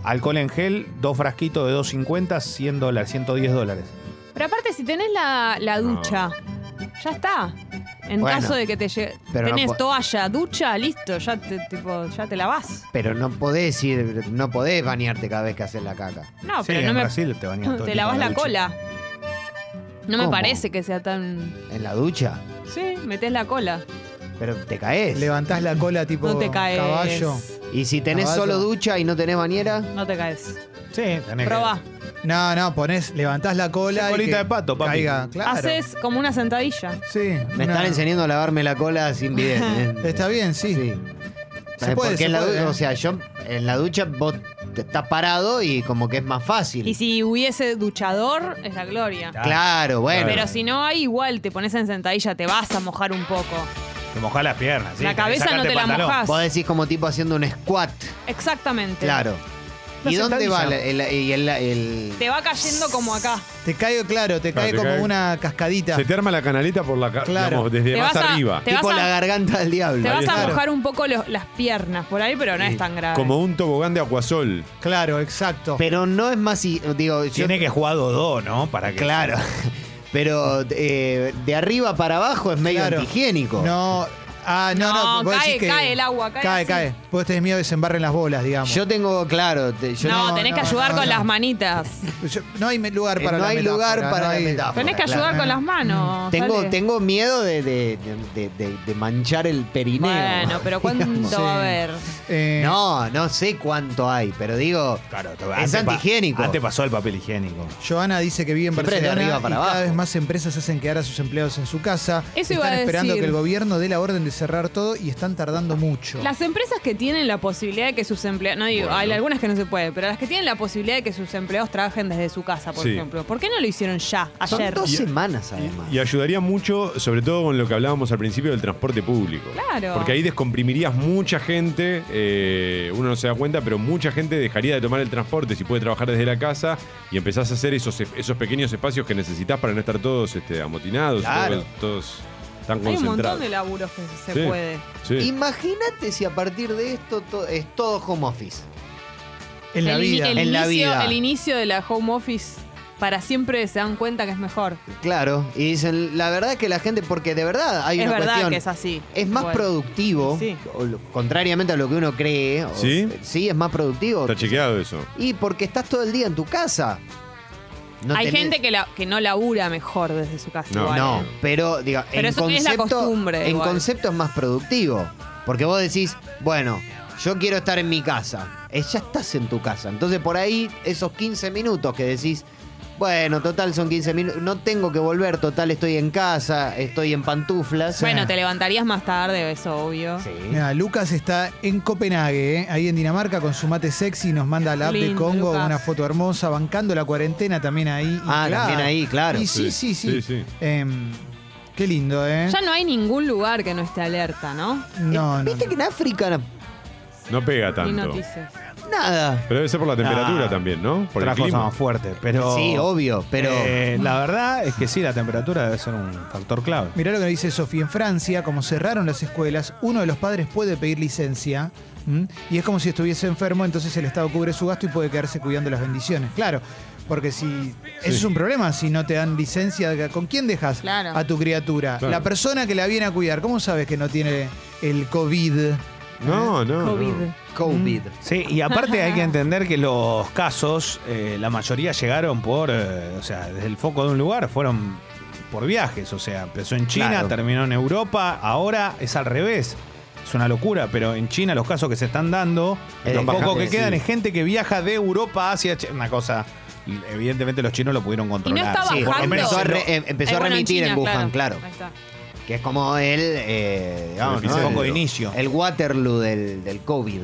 [SPEAKER 7] alcohol en gel, dos frasquitos de 2.50, 100 dólares, 110 dólares.
[SPEAKER 5] Pero aparte, si tenés la, la
[SPEAKER 4] No.
[SPEAKER 5] ducha, ya está. En
[SPEAKER 6] Bueno,
[SPEAKER 5] caso de que te llegue.
[SPEAKER 6] pero no
[SPEAKER 5] Tenés
[SPEAKER 6] po-
[SPEAKER 5] toalla, ducha, listo, ya te, tipo, ya te lavás.
[SPEAKER 6] Pero no podés ir, no podés bañarte cada vez que haces la caca.
[SPEAKER 5] No,
[SPEAKER 7] Sí,
[SPEAKER 5] Ah, pero no
[SPEAKER 7] en
[SPEAKER 5] me.
[SPEAKER 7] Brasil te bañas todo el
[SPEAKER 5] Te
[SPEAKER 7] tiempo
[SPEAKER 5] lavás
[SPEAKER 7] en
[SPEAKER 5] la
[SPEAKER 7] ducha.
[SPEAKER 5] cola. No me
[SPEAKER 6] ¿Cómo?
[SPEAKER 5] parece que sea tan.
[SPEAKER 6] En la ducha.
[SPEAKER 5] Sí, metés la cola.
[SPEAKER 6] Pero te caes.
[SPEAKER 3] Levantás la cola tipo
[SPEAKER 5] No te caes.
[SPEAKER 3] caballo.
[SPEAKER 6] Y si tenés
[SPEAKER 3] Caballo.
[SPEAKER 6] solo ducha y no tenés bañera,
[SPEAKER 5] No te caes.
[SPEAKER 7] Sí, tenés que-
[SPEAKER 5] Probá.
[SPEAKER 3] No, no, ponés, levantás la cola.
[SPEAKER 7] Esa
[SPEAKER 3] y
[SPEAKER 7] colita
[SPEAKER 3] que
[SPEAKER 7] de pato, papi.
[SPEAKER 3] Caiga, claro.
[SPEAKER 5] Haces como una sentadilla.
[SPEAKER 3] Sí.
[SPEAKER 6] me
[SPEAKER 3] una-
[SPEAKER 6] están enseñando a lavarme la cola sin bidet. ¿eh?
[SPEAKER 3] Está bien, sí. Se
[SPEAKER 6] Eh,
[SPEAKER 3] puede,
[SPEAKER 6] Porque
[SPEAKER 3] se
[SPEAKER 6] en la
[SPEAKER 3] puede,
[SPEAKER 6] ducha,
[SPEAKER 3] ¿eh?
[SPEAKER 6] o sea, yo en la ducha vos te estás parado y como que es más fácil.
[SPEAKER 5] Y si hubiese duchador, es la gloria.
[SPEAKER 7] Ah,
[SPEAKER 6] Claro, bueno.
[SPEAKER 5] Pero si no hay, igual te pones en sentadilla, te vas a mojar un poco.
[SPEAKER 7] Te mojás las piernas. sí,
[SPEAKER 5] La
[SPEAKER 7] tenés que
[SPEAKER 5] cabeza no
[SPEAKER 7] sacarte
[SPEAKER 5] te la
[SPEAKER 7] pantalón.
[SPEAKER 5] mojás.
[SPEAKER 6] Vos decís como tipo haciendo un squat.
[SPEAKER 5] Exactamente.
[SPEAKER 6] Claro.
[SPEAKER 7] Una
[SPEAKER 6] ¿Y dónde
[SPEAKER 7] sentadilla.
[SPEAKER 6] va la- el, y el- el-
[SPEAKER 5] Te va cayendo como acá.
[SPEAKER 3] Te cae, claro, te
[SPEAKER 4] Claro,
[SPEAKER 3] cae
[SPEAKER 4] te
[SPEAKER 3] como
[SPEAKER 4] cae.
[SPEAKER 3] una cascadita.
[SPEAKER 4] Se te arma la canaleta por la ca-
[SPEAKER 3] Claro.
[SPEAKER 4] digamos, desde
[SPEAKER 5] Te
[SPEAKER 4] más
[SPEAKER 5] vas a-
[SPEAKER 4] arriba.
[SPEAKER 5] te
[SPEAKER 6] tipo
[SPEAKER 5] vas a-
[SPEAKER 6] la garganta del diablo?
[SPEAKER 5] Te vas a
[SPEAKER 4] está.
[SPEAKER 5] mojar un poco los- las piernas por ahí, pero no es tan grave.
[SPEAKER 4] Como un tobogán de acuasol.
[SPEAKER 3] Claro, exacto.
[SPEAKER 6] Pero no es más i- digo, yo-
[SPEAKER 7] Tiene que jugar Dodó, ¿no? Para que.
[SPEAKER 6] claro. Pero eh, de arriba para abajo es medio
[SPEAKER 3] Claro.
[SPEAKER 6] antihigiénico.
[SPEAKER 3] No. Ah, no, no.
[SPEAKER 5] No,
[SPEAKER 3] vos
[SPEAKER 5] cae-
[SPEAKER 3] decís que-
[SPEAKER 5] cae el agua, cae
[SPEAKER 3] Cae,
[SPEAKER 5] así.
[SPEAKER 3] cae. Vos tenés miedo de que se embarren las bolas, digamos.
[SPEAKER 6] Yo tengo, claro, te- yo
[SPEAKER 5] no,
[SPEAKER 3] no,
[SPEAKER 5] tenés que
[SPEAKER 3] no,
[SPEAKER 5] ayudar
[SPEAKER 3] no,
[SPEAKER 5] con
[SPEAKER 3] no.
[SPEAKER 5] las manitas.
[SPEAKER 3] Yo- no hay me- lugar
[SPEAKER 6] Eh,
[SPEAKER 3] para
[SPEAKER 6] no
[SPEAKER 3] la
[SPEAKER 6] hay
[SPEAKER 3] metáfora,
[SPEAKER 6] lugar para
[SPEAKER 3] no
[SPEAKER 6] la
[SPEAKER 3] hay-
[SPEAKER 6] metáfora.
[SPEAKER 5] Tenés que
[SPEAKER 6] claro.
[SPEAKER 5] ayudar con las manos.
[SPEAKER 6] Tengo,
[SPEAKER 5] dale.
[SPEAKER 6] tengo miedo de, de- de- de- de manchar el perineo.
[SPEAKER 5] Bueno, pero
[SPEAKER 6] digamos.
[SPEAKER 5] ¿cuánto va a
[SPEAKER 3] Sí.
[SPEAKER 5] haber?
[SPEAKER 3] Eh,
[SPEAKER 6] No, no sé cuánto hay, pero digo,
[SPEAKER 7] Claro,
[SPEAKER 6] es
[SPEAKER 7] antes Ah, pa-
[SPEAKER 6] antihigiénico.
[SPEAKER 7] Antes pasó el papel higiénico.
[SPEAKER 3] Joana dice que vive en
[SPEAKER 6] Siempre es de
[SPEAKER 3] Barcelona
[SPEAKER 6] arriba para
[SPEAKER 3] y
[SPEAKER 6] abajo.
[SPEAKER 3] cada vez más empresas hacen quedar a sus empleados en su casa.
[SPEAKER 5] Eso iba
[SPEAKER 3] están
[SPEAKER 5] a
[SPEAKER 3] esperando
[SPEAKER 5] decir.
[SPEAKER 3] que el gobierno dé la orden de cerrar todo y están tardando mucho.
[SPEAKER 5] Las empresas que tienen la posibilidad de que sus empleados, no digo, hay algunas que no se puede, pero las que tienen la posibilidad de que sus empleados trabajen desde su casa, por
[SPEAKER 4] Sí.
[SPEAKER 5] ejemplo, ¿por qué no lo hicieron ya,
[SPEAKER 6] son
[SPEAKER 5] ayer?
[SPEAKER 6] dos semanas además.
[SPEAKER 4] ¿eh? Y ayudaría mucho, sobre todo con lo que hablábamos al principio del transporte público.
[SPEAKER 5] Claro.
[SPEAKER 4] Porque ahí descomprimirías mucha gente, eh, uno no se da cuenta, pero mucha gente dejaría de tomar el transporte si puede trabajar desde la casa y empezás a hacer esos, esos pequeños espacios que necesitas para no estar todos este, amotinados,
[SPEAKER 7] Claro.
[SPEAKER 4] todos, todos tan
[SPEAKER 5] Hay un montón
[SPEAKER 4] concentrados.
[SPEAKER 5] de laburos que se
[SPEAKER 4] Sí.
[SPEAKER 5] puede.
[SPEAKER 4] Sí.
[SPEAKER 6] Imagínate si a partir de esto to- es todo home office.
[SPEAKER 3] en la
[SPEAKER 5] el, in-
[SPEAKER 3] vida.
[SPEAKER 5] el
[SPEAKER 6] En la
[SPEAKER 5] inicio,
[SPEAKER 6] vida.
[SPEAKER 5] el inicio de la home office para siempre se dan cuenta que es mejor.
[SPEAKER 6] Claro, y dicen, la verdad que la gente, porque de verdad hay
[SPEAKER 5] es
[SPEAKER 6] una
[SPEAKER 5] verdad
[SPEAKER 6] cuestión.
[SPEAKER 5] que es así.
[SPEAKER 6] es más
[SPEAKER 5] Igual.
[SPEAKER 6] productivo,
[SPEAKER 5] Sí.
[SPEAKER 6] o lo- contrariamente a lo que uno cree. o-
[SPEAKER 4] ¿Sí?
[SPEAKER 6] Sí, es más productivo.
[SPEAKER 4] Está chequeado eso.
[SPEAKER 6] Y porque estás todo el día en tu casa. No
[SPEAKER 5] Hay
[SPEAKER 6] tenés-
[SPEAKER 5] gente que, la- que no labura mejor desde su casa.
[SPEAKER 4] No.
[SPEAKER 5] igual,
[SPEAKER 6] No,
[SPEAKER 5] ¿eh?
[SPEAKER 6] pero diga,
[SPEAKER 5] Pero
[SPEAKER 6] en
[SPEAKER 5] eso es la
[SPEAKER 6] concepto,
[SPEAKER 5] costumbre,
[SPEAKER 6] en
[SPEAKER 5] igual.
[SPEAKER 6] concepto es más productivo, porque vos decís, bueno, yo quiero estar en mi casa. Eh, ya estás en tu casa. Entonces por ahí esos 15 minutos que decís, bueno, total son 15 minutos, no tengo que volver, total estoy en casa, estoy en pantuflas.
[SPEAKER 5] Bueno, te levantarías más tarde, eso obvio.
[SPEAKER 6] Sí.
[SPEAKER 3] Mirá, Lucas está en Copenhague, ¿eh? ahí en Dinamarca, con su mate sexy. Nos manda al app de
[SPEAKER 5] Lindo,
[SPEAKER 3] Congo
[SPEAKER 5] Lucas.
[SPEAKER 3] una foto hermosa, bancando la cuarentena también ahí. Y
[SPEAKER 6] Ah, también ahí, claro.
[SPEAKER 3] Y sí, sí,
[SPEAKER 4] Sí,
[SPEAKER 3] sí.
[SPEAKER 4] sí, sí.
[SPEAKER 3] Em, qué lindo, ¿eh?
[SPEAKER 5] Ya no hay ningún lugar que no esté alerta, ¿no?
[SPEAKER 3] No, no,
[SPEAKER 6] Eh, Viste
[SPEAKER 3] no.
[SPEAKER 6] que en África
[SPEAKER 4] No pega
[SPEAKER 5] Ni
[SPEAKER 4] tanto.
[SPEAKER 5] noticias.
[SPEAKER 6] nada.
[SPEAKER 4] Pero debe ser por la temperatura también, ¿no? Por el
[SPEAKER 7] Ah. Otra cosa
[SPEAKER 4] clima.
[SPEAKER 7] más fuerte, pero.
[SPEAKER 6] Sí, obvio, pero
[SPEAKER 7] Eh, la verdad es que sí, la temperatura debe ser un factor clave.
[SPEAKER 3] Mirá lo que dice Sofía. En Francia, como cerraron las escuelas, uno de los padres puede pedir licencia ¿m? y es como si estuviese enfermo, entonces el Estado cubre su gasto y puede quedarse cuidando las bendiciones. Claro, porque si. Eso es un problema, si no te dan licencia, ¿con quién dejas
[SPEAKER 5] Claro.
[SPEAKER 3] a tu criatura?
[SPEAKER 4] Claro.
[SPEAKER 3] La persona que la viene a cuidar, ¿cómo sabes que no tiene el COVID?
[SPEAKER 4] No, no. no.
[SPEAKER 5] COVID.
[SPEAKER 6] COVID.
[SPEAKER 3] Mm.
[SPEAKER 7] Sí, y aparte hay que entender que los casos, eh, la mayoría llegaron por, eh, o sea, desde el foco de un lugar, fueron por viajes, o sea, empezó en China,
[SPEAKER 6] Claro.
[SPEAKER 7] terminó en Europa, ahora es al revés. Es una locura, pero en China los casos que se están dando,
[SPEAKER 6] Eh,
[SPEAKER 7] los
[SPEAKER 6] bajaste,
[SPEAKER 7] pocos que quedan
[SPEAKER 6] sí.
[SPEAKER 7] es gente que viaja de Europa hacia China. Una cosa, evidentemente los chinos lo pudieron controlar.
[SPEAKER 5] está
[SPEAKER 6] Sí,
[SPEAKER 7] por lo
[SPEAKER 5] bajando.
[SPEAKER 7] menos
[SPEAKER 6] empezó a,
[SPEAKER 7] en lo-
[SPEAKER 6] re- em- empezó
[SPEAKER 5] Eh,
[SPEAKER 6] a
[SPEAKER 5] bueno,
[SPEAKER 6] remitir en,
[SPEAKER 5] China,
[SPEAKER 6] Wuhan, claro.
[SPEAKER 5] Ahí está.
[SPEAKER 6] Que es como el, eh, digamos,
[SPEAKER 4] El
[SPEAKER 6] ¿no?
[SPEAKER 7] un poco
[SPEAKER 4] epicentro.
[SPEAKER 7] de inicio.
[SPEAKER 6] El Waterloo del, del COVID.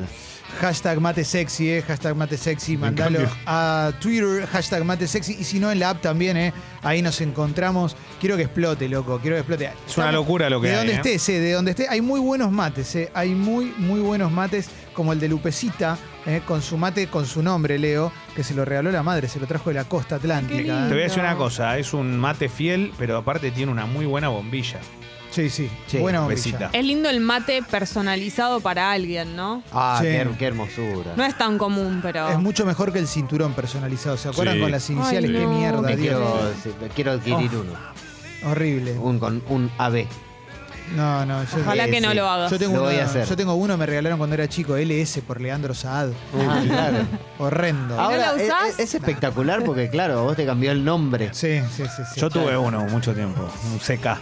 [SPEAKER 3] Hashtag mate sexy, eh, hashtag mate sexy, mandalo
[SPEAKER 4] cambio.
[SPEAKER 3] a Twitter, hashtag mate sexy, y si no en la app también, eh, ahí nos encontramos. Quiero que explote, loco, quiero que explote.
[SPEAKER 7] Es una locura lo que
[SPEAKER 3] De
[SPEAKER 7] hay,
[SPEAKER 3] donde
[SPEAKER 7] ¿eh?
[SPEAKER 3] estés, eh, de donde estés, hay muy buenos mates, eh, hay muy, muy buenos mates, como el de Lupecita, eh, con su mate, con su nombre, Leo, que se lo regaló la madre, se lo trajo de la costa
[SPEAKER 5] Qué
[SPEAKER 3] atlántica.
[SPEAKER 5] lindo.
[SPEAKER 7] Te voy a
[SPEAKER 3] eh.
[SPEAKER 7] decir una cosa, es un mate fiel, pero aparte tiene una muy buena bombilla.
[SPEAKER 3] Sí, sí,
[SPEAKER 6] Sí,
[SPEAKER 3] buena bombilla.
[SPEAKER 7] Lupecita.
[SPEAKER 5] Es lindo el mate personalizado para alguien, ¿no?
[SPEAKER 6] Ah,
[SPEAKER 3] Sí.
[SPEAKER 6] qué, her- qué hermosura.
[SPEAKER 5] No es tan común, pero.
[SPEAKER 3] Es mucho mejor que el cinturón personalizado, ¿se acuerdan
[SPEAKER 4] Sí.
[SPEAKER 3] con las iniciales?
[SPEAKER 5] Ay,
[SPEAKER 3] Qué
[SPEAKER 5] no.
[SPEAKER 3] mierda,
[SPEAKER 6] Me
[SPEAKER 3] Dios.
[SPEAKER 6] quiero, sí, me quiero adquirir
[SPEAKER 3] Oh.
[SPEAKER 6] uno.
[SPEAKER 3] Horrible.
[SPEAKER 7] Uh.
[SPEAKER 6] Un, con un AB.
[SPEAKER 3] No, no, yo
[SPEAKER 5] Ojalá
[SPEAKER 6] Eh,
[SPEAKER 5] que no
[SPEAKER 6] sí.
[SPEAKER 5] lo hagas.
[SPEAKER 3] Yo tengo,
[SPEAKER 6] Lo
[SPEAKER 3] una-
[SPEAKER 6] voy a hacer.
[SPEAKER 3] yo tengo uno, me regalaron cuando era chico, LS por Leandro Saad.
[SPEAKER 6] Ah, claro.
[SPEAKER 3] Horrendo.
[SPEAKER 5] Ah.
[SPEAKER 6] Ahora,
[SPEAKER 5] la
[SPEAKER 6] es-
[SPEAKER 5] usás?
[SPEAKER 6] es, es espectacular porque, claro, a vos te cambió el nombre.
[SPEAKER 3] Sí, sí, sí. sí.
[SPEAKER 7] Yo tuve uno mucho tiempo, un CK.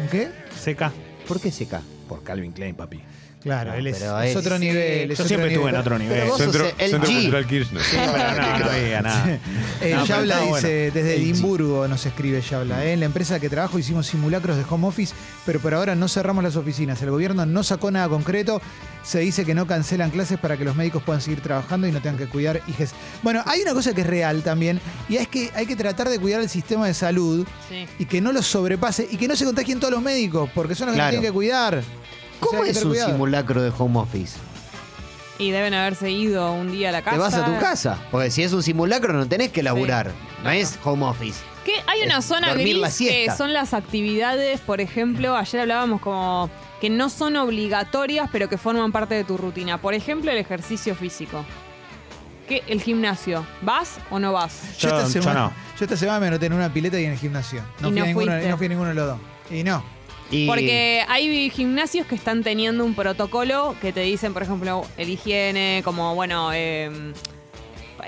[SPEAKER 3] ¿Un qué?
[SPEAKER 7] CK.
[SPEAKER 6] ¿Por qué seca?
[SPEAKER 7] Por Calvin Klein, papi.
[SPEAKER 3] Claro,
[SPEAKER 6] No,
[SPEAKER 3] él es,
[SPEAKER 6] pero
[SPEAKER 3] es
[SPEAKER 6] es-
[SPEAKER 3] otro nivel. es
[SPEAKER 7] Yo
[SPEAKER 3] otro
[SPEAKER 7] siempre estuve en
[SPEAKER 3] nivel.
[SPEAKER 7] otro nivel.
[SPEAKER 6] Pero vos
[SPEAKER 4] Centro,
[SPEAKER 6] sos el
[SPEAKER 4] Centro
[SPEAKER 6] G.
[SPEAKER 4] Cultural Kirchner.
[SPEAKER 7] Pero no, no había nada.
[SPEAKER 3] Eh,
[SPEAKER 7] No, pero
[SPEAKER 3] Yabla
[SPEAKER 7] estaba
[SPEAKER 3] dice,
[SPEAKER 7] bueno.
[SPEAKER 3] desde
[SPEAKER 7] El G.
[SPEAKER 3] Edimburgo nos escribe Yabla. ¿eh? En la empresa que trabajo hicimos simulacros de home office, pero por ahora no cerramos las oficinas. El gobierno no sacó nada concreto. Se dice que no cancelan clases para que los médicos puedan seguir trabajando y no tengan que cuidar hijes. Bueno, hay una cosa que es real también, y es que hay que tratar de cuidar el sistema de salud
[SPEAKER 5] Sí.
[SPEAKER 3] y que no los sobrepase y que no se contagien todos los médicos, porque son los
[SPEAKER 6] Claro.
[SPEAKER 3] que tienen que cuidar. O sea,
[SPEAKER 6] ¿Cómo
[SPEAKER 3] hay que
[SPEAKER 6] es
[SPEAKER 3] tener
[SPEAKER 6] un
[SPEAKER 3] cuidado.
[SPEAKER 6] simulacro de home office?
[SPEAKER 5] Y deben haberse ido un día a la casa.
[SPEAKER 6] Te vas a tu casa. Porque si es un simulacro no tenés que laburar. No es home office.
[SPEAKER 5] ¿Qué? Hay una
[SPEAKER 6] Es
[SPEAKER 5] zona
[SPEAKER 6] dormir la
[SPEAKER 5] gris que
[SPEAKER 6] siesta.
[SPEAKER 5] son las actividades, por ejemplo, ayer hablábamos como que no son obligatorias, pero que forman parte de tu rutina. Por ejemplo, el ejercicio físico. ¿Qué? El gimnasio. ¿Vas o no vas?
[SPEAKER 3] Yo,
[SPEAKER 7] Yo-
[SPEAKER 3] esta
[SPEAKER 7] yo
[SPEAKER 3] semana,
[SPEAKER 7] no.
[SPEAKER 3] yo esta semana me anoté en una pileta y en el gimnasio. No,
[SPEAKER 5] Y
[SPEAKER 3] fui,
[SPEAKER 5] no
[SPEAKER 3] a ninguno,
[SPEAKER 5] fuiste.
[SPEAKER 3] no fui a ninguno de los dos. Y no.
[SPEAKER 6] Y-
[SPEAKER 5] Porque hay gimnasios que están teniendo un protocolo que te dicen, por ejemplo, el higiene, como, bueno, eh,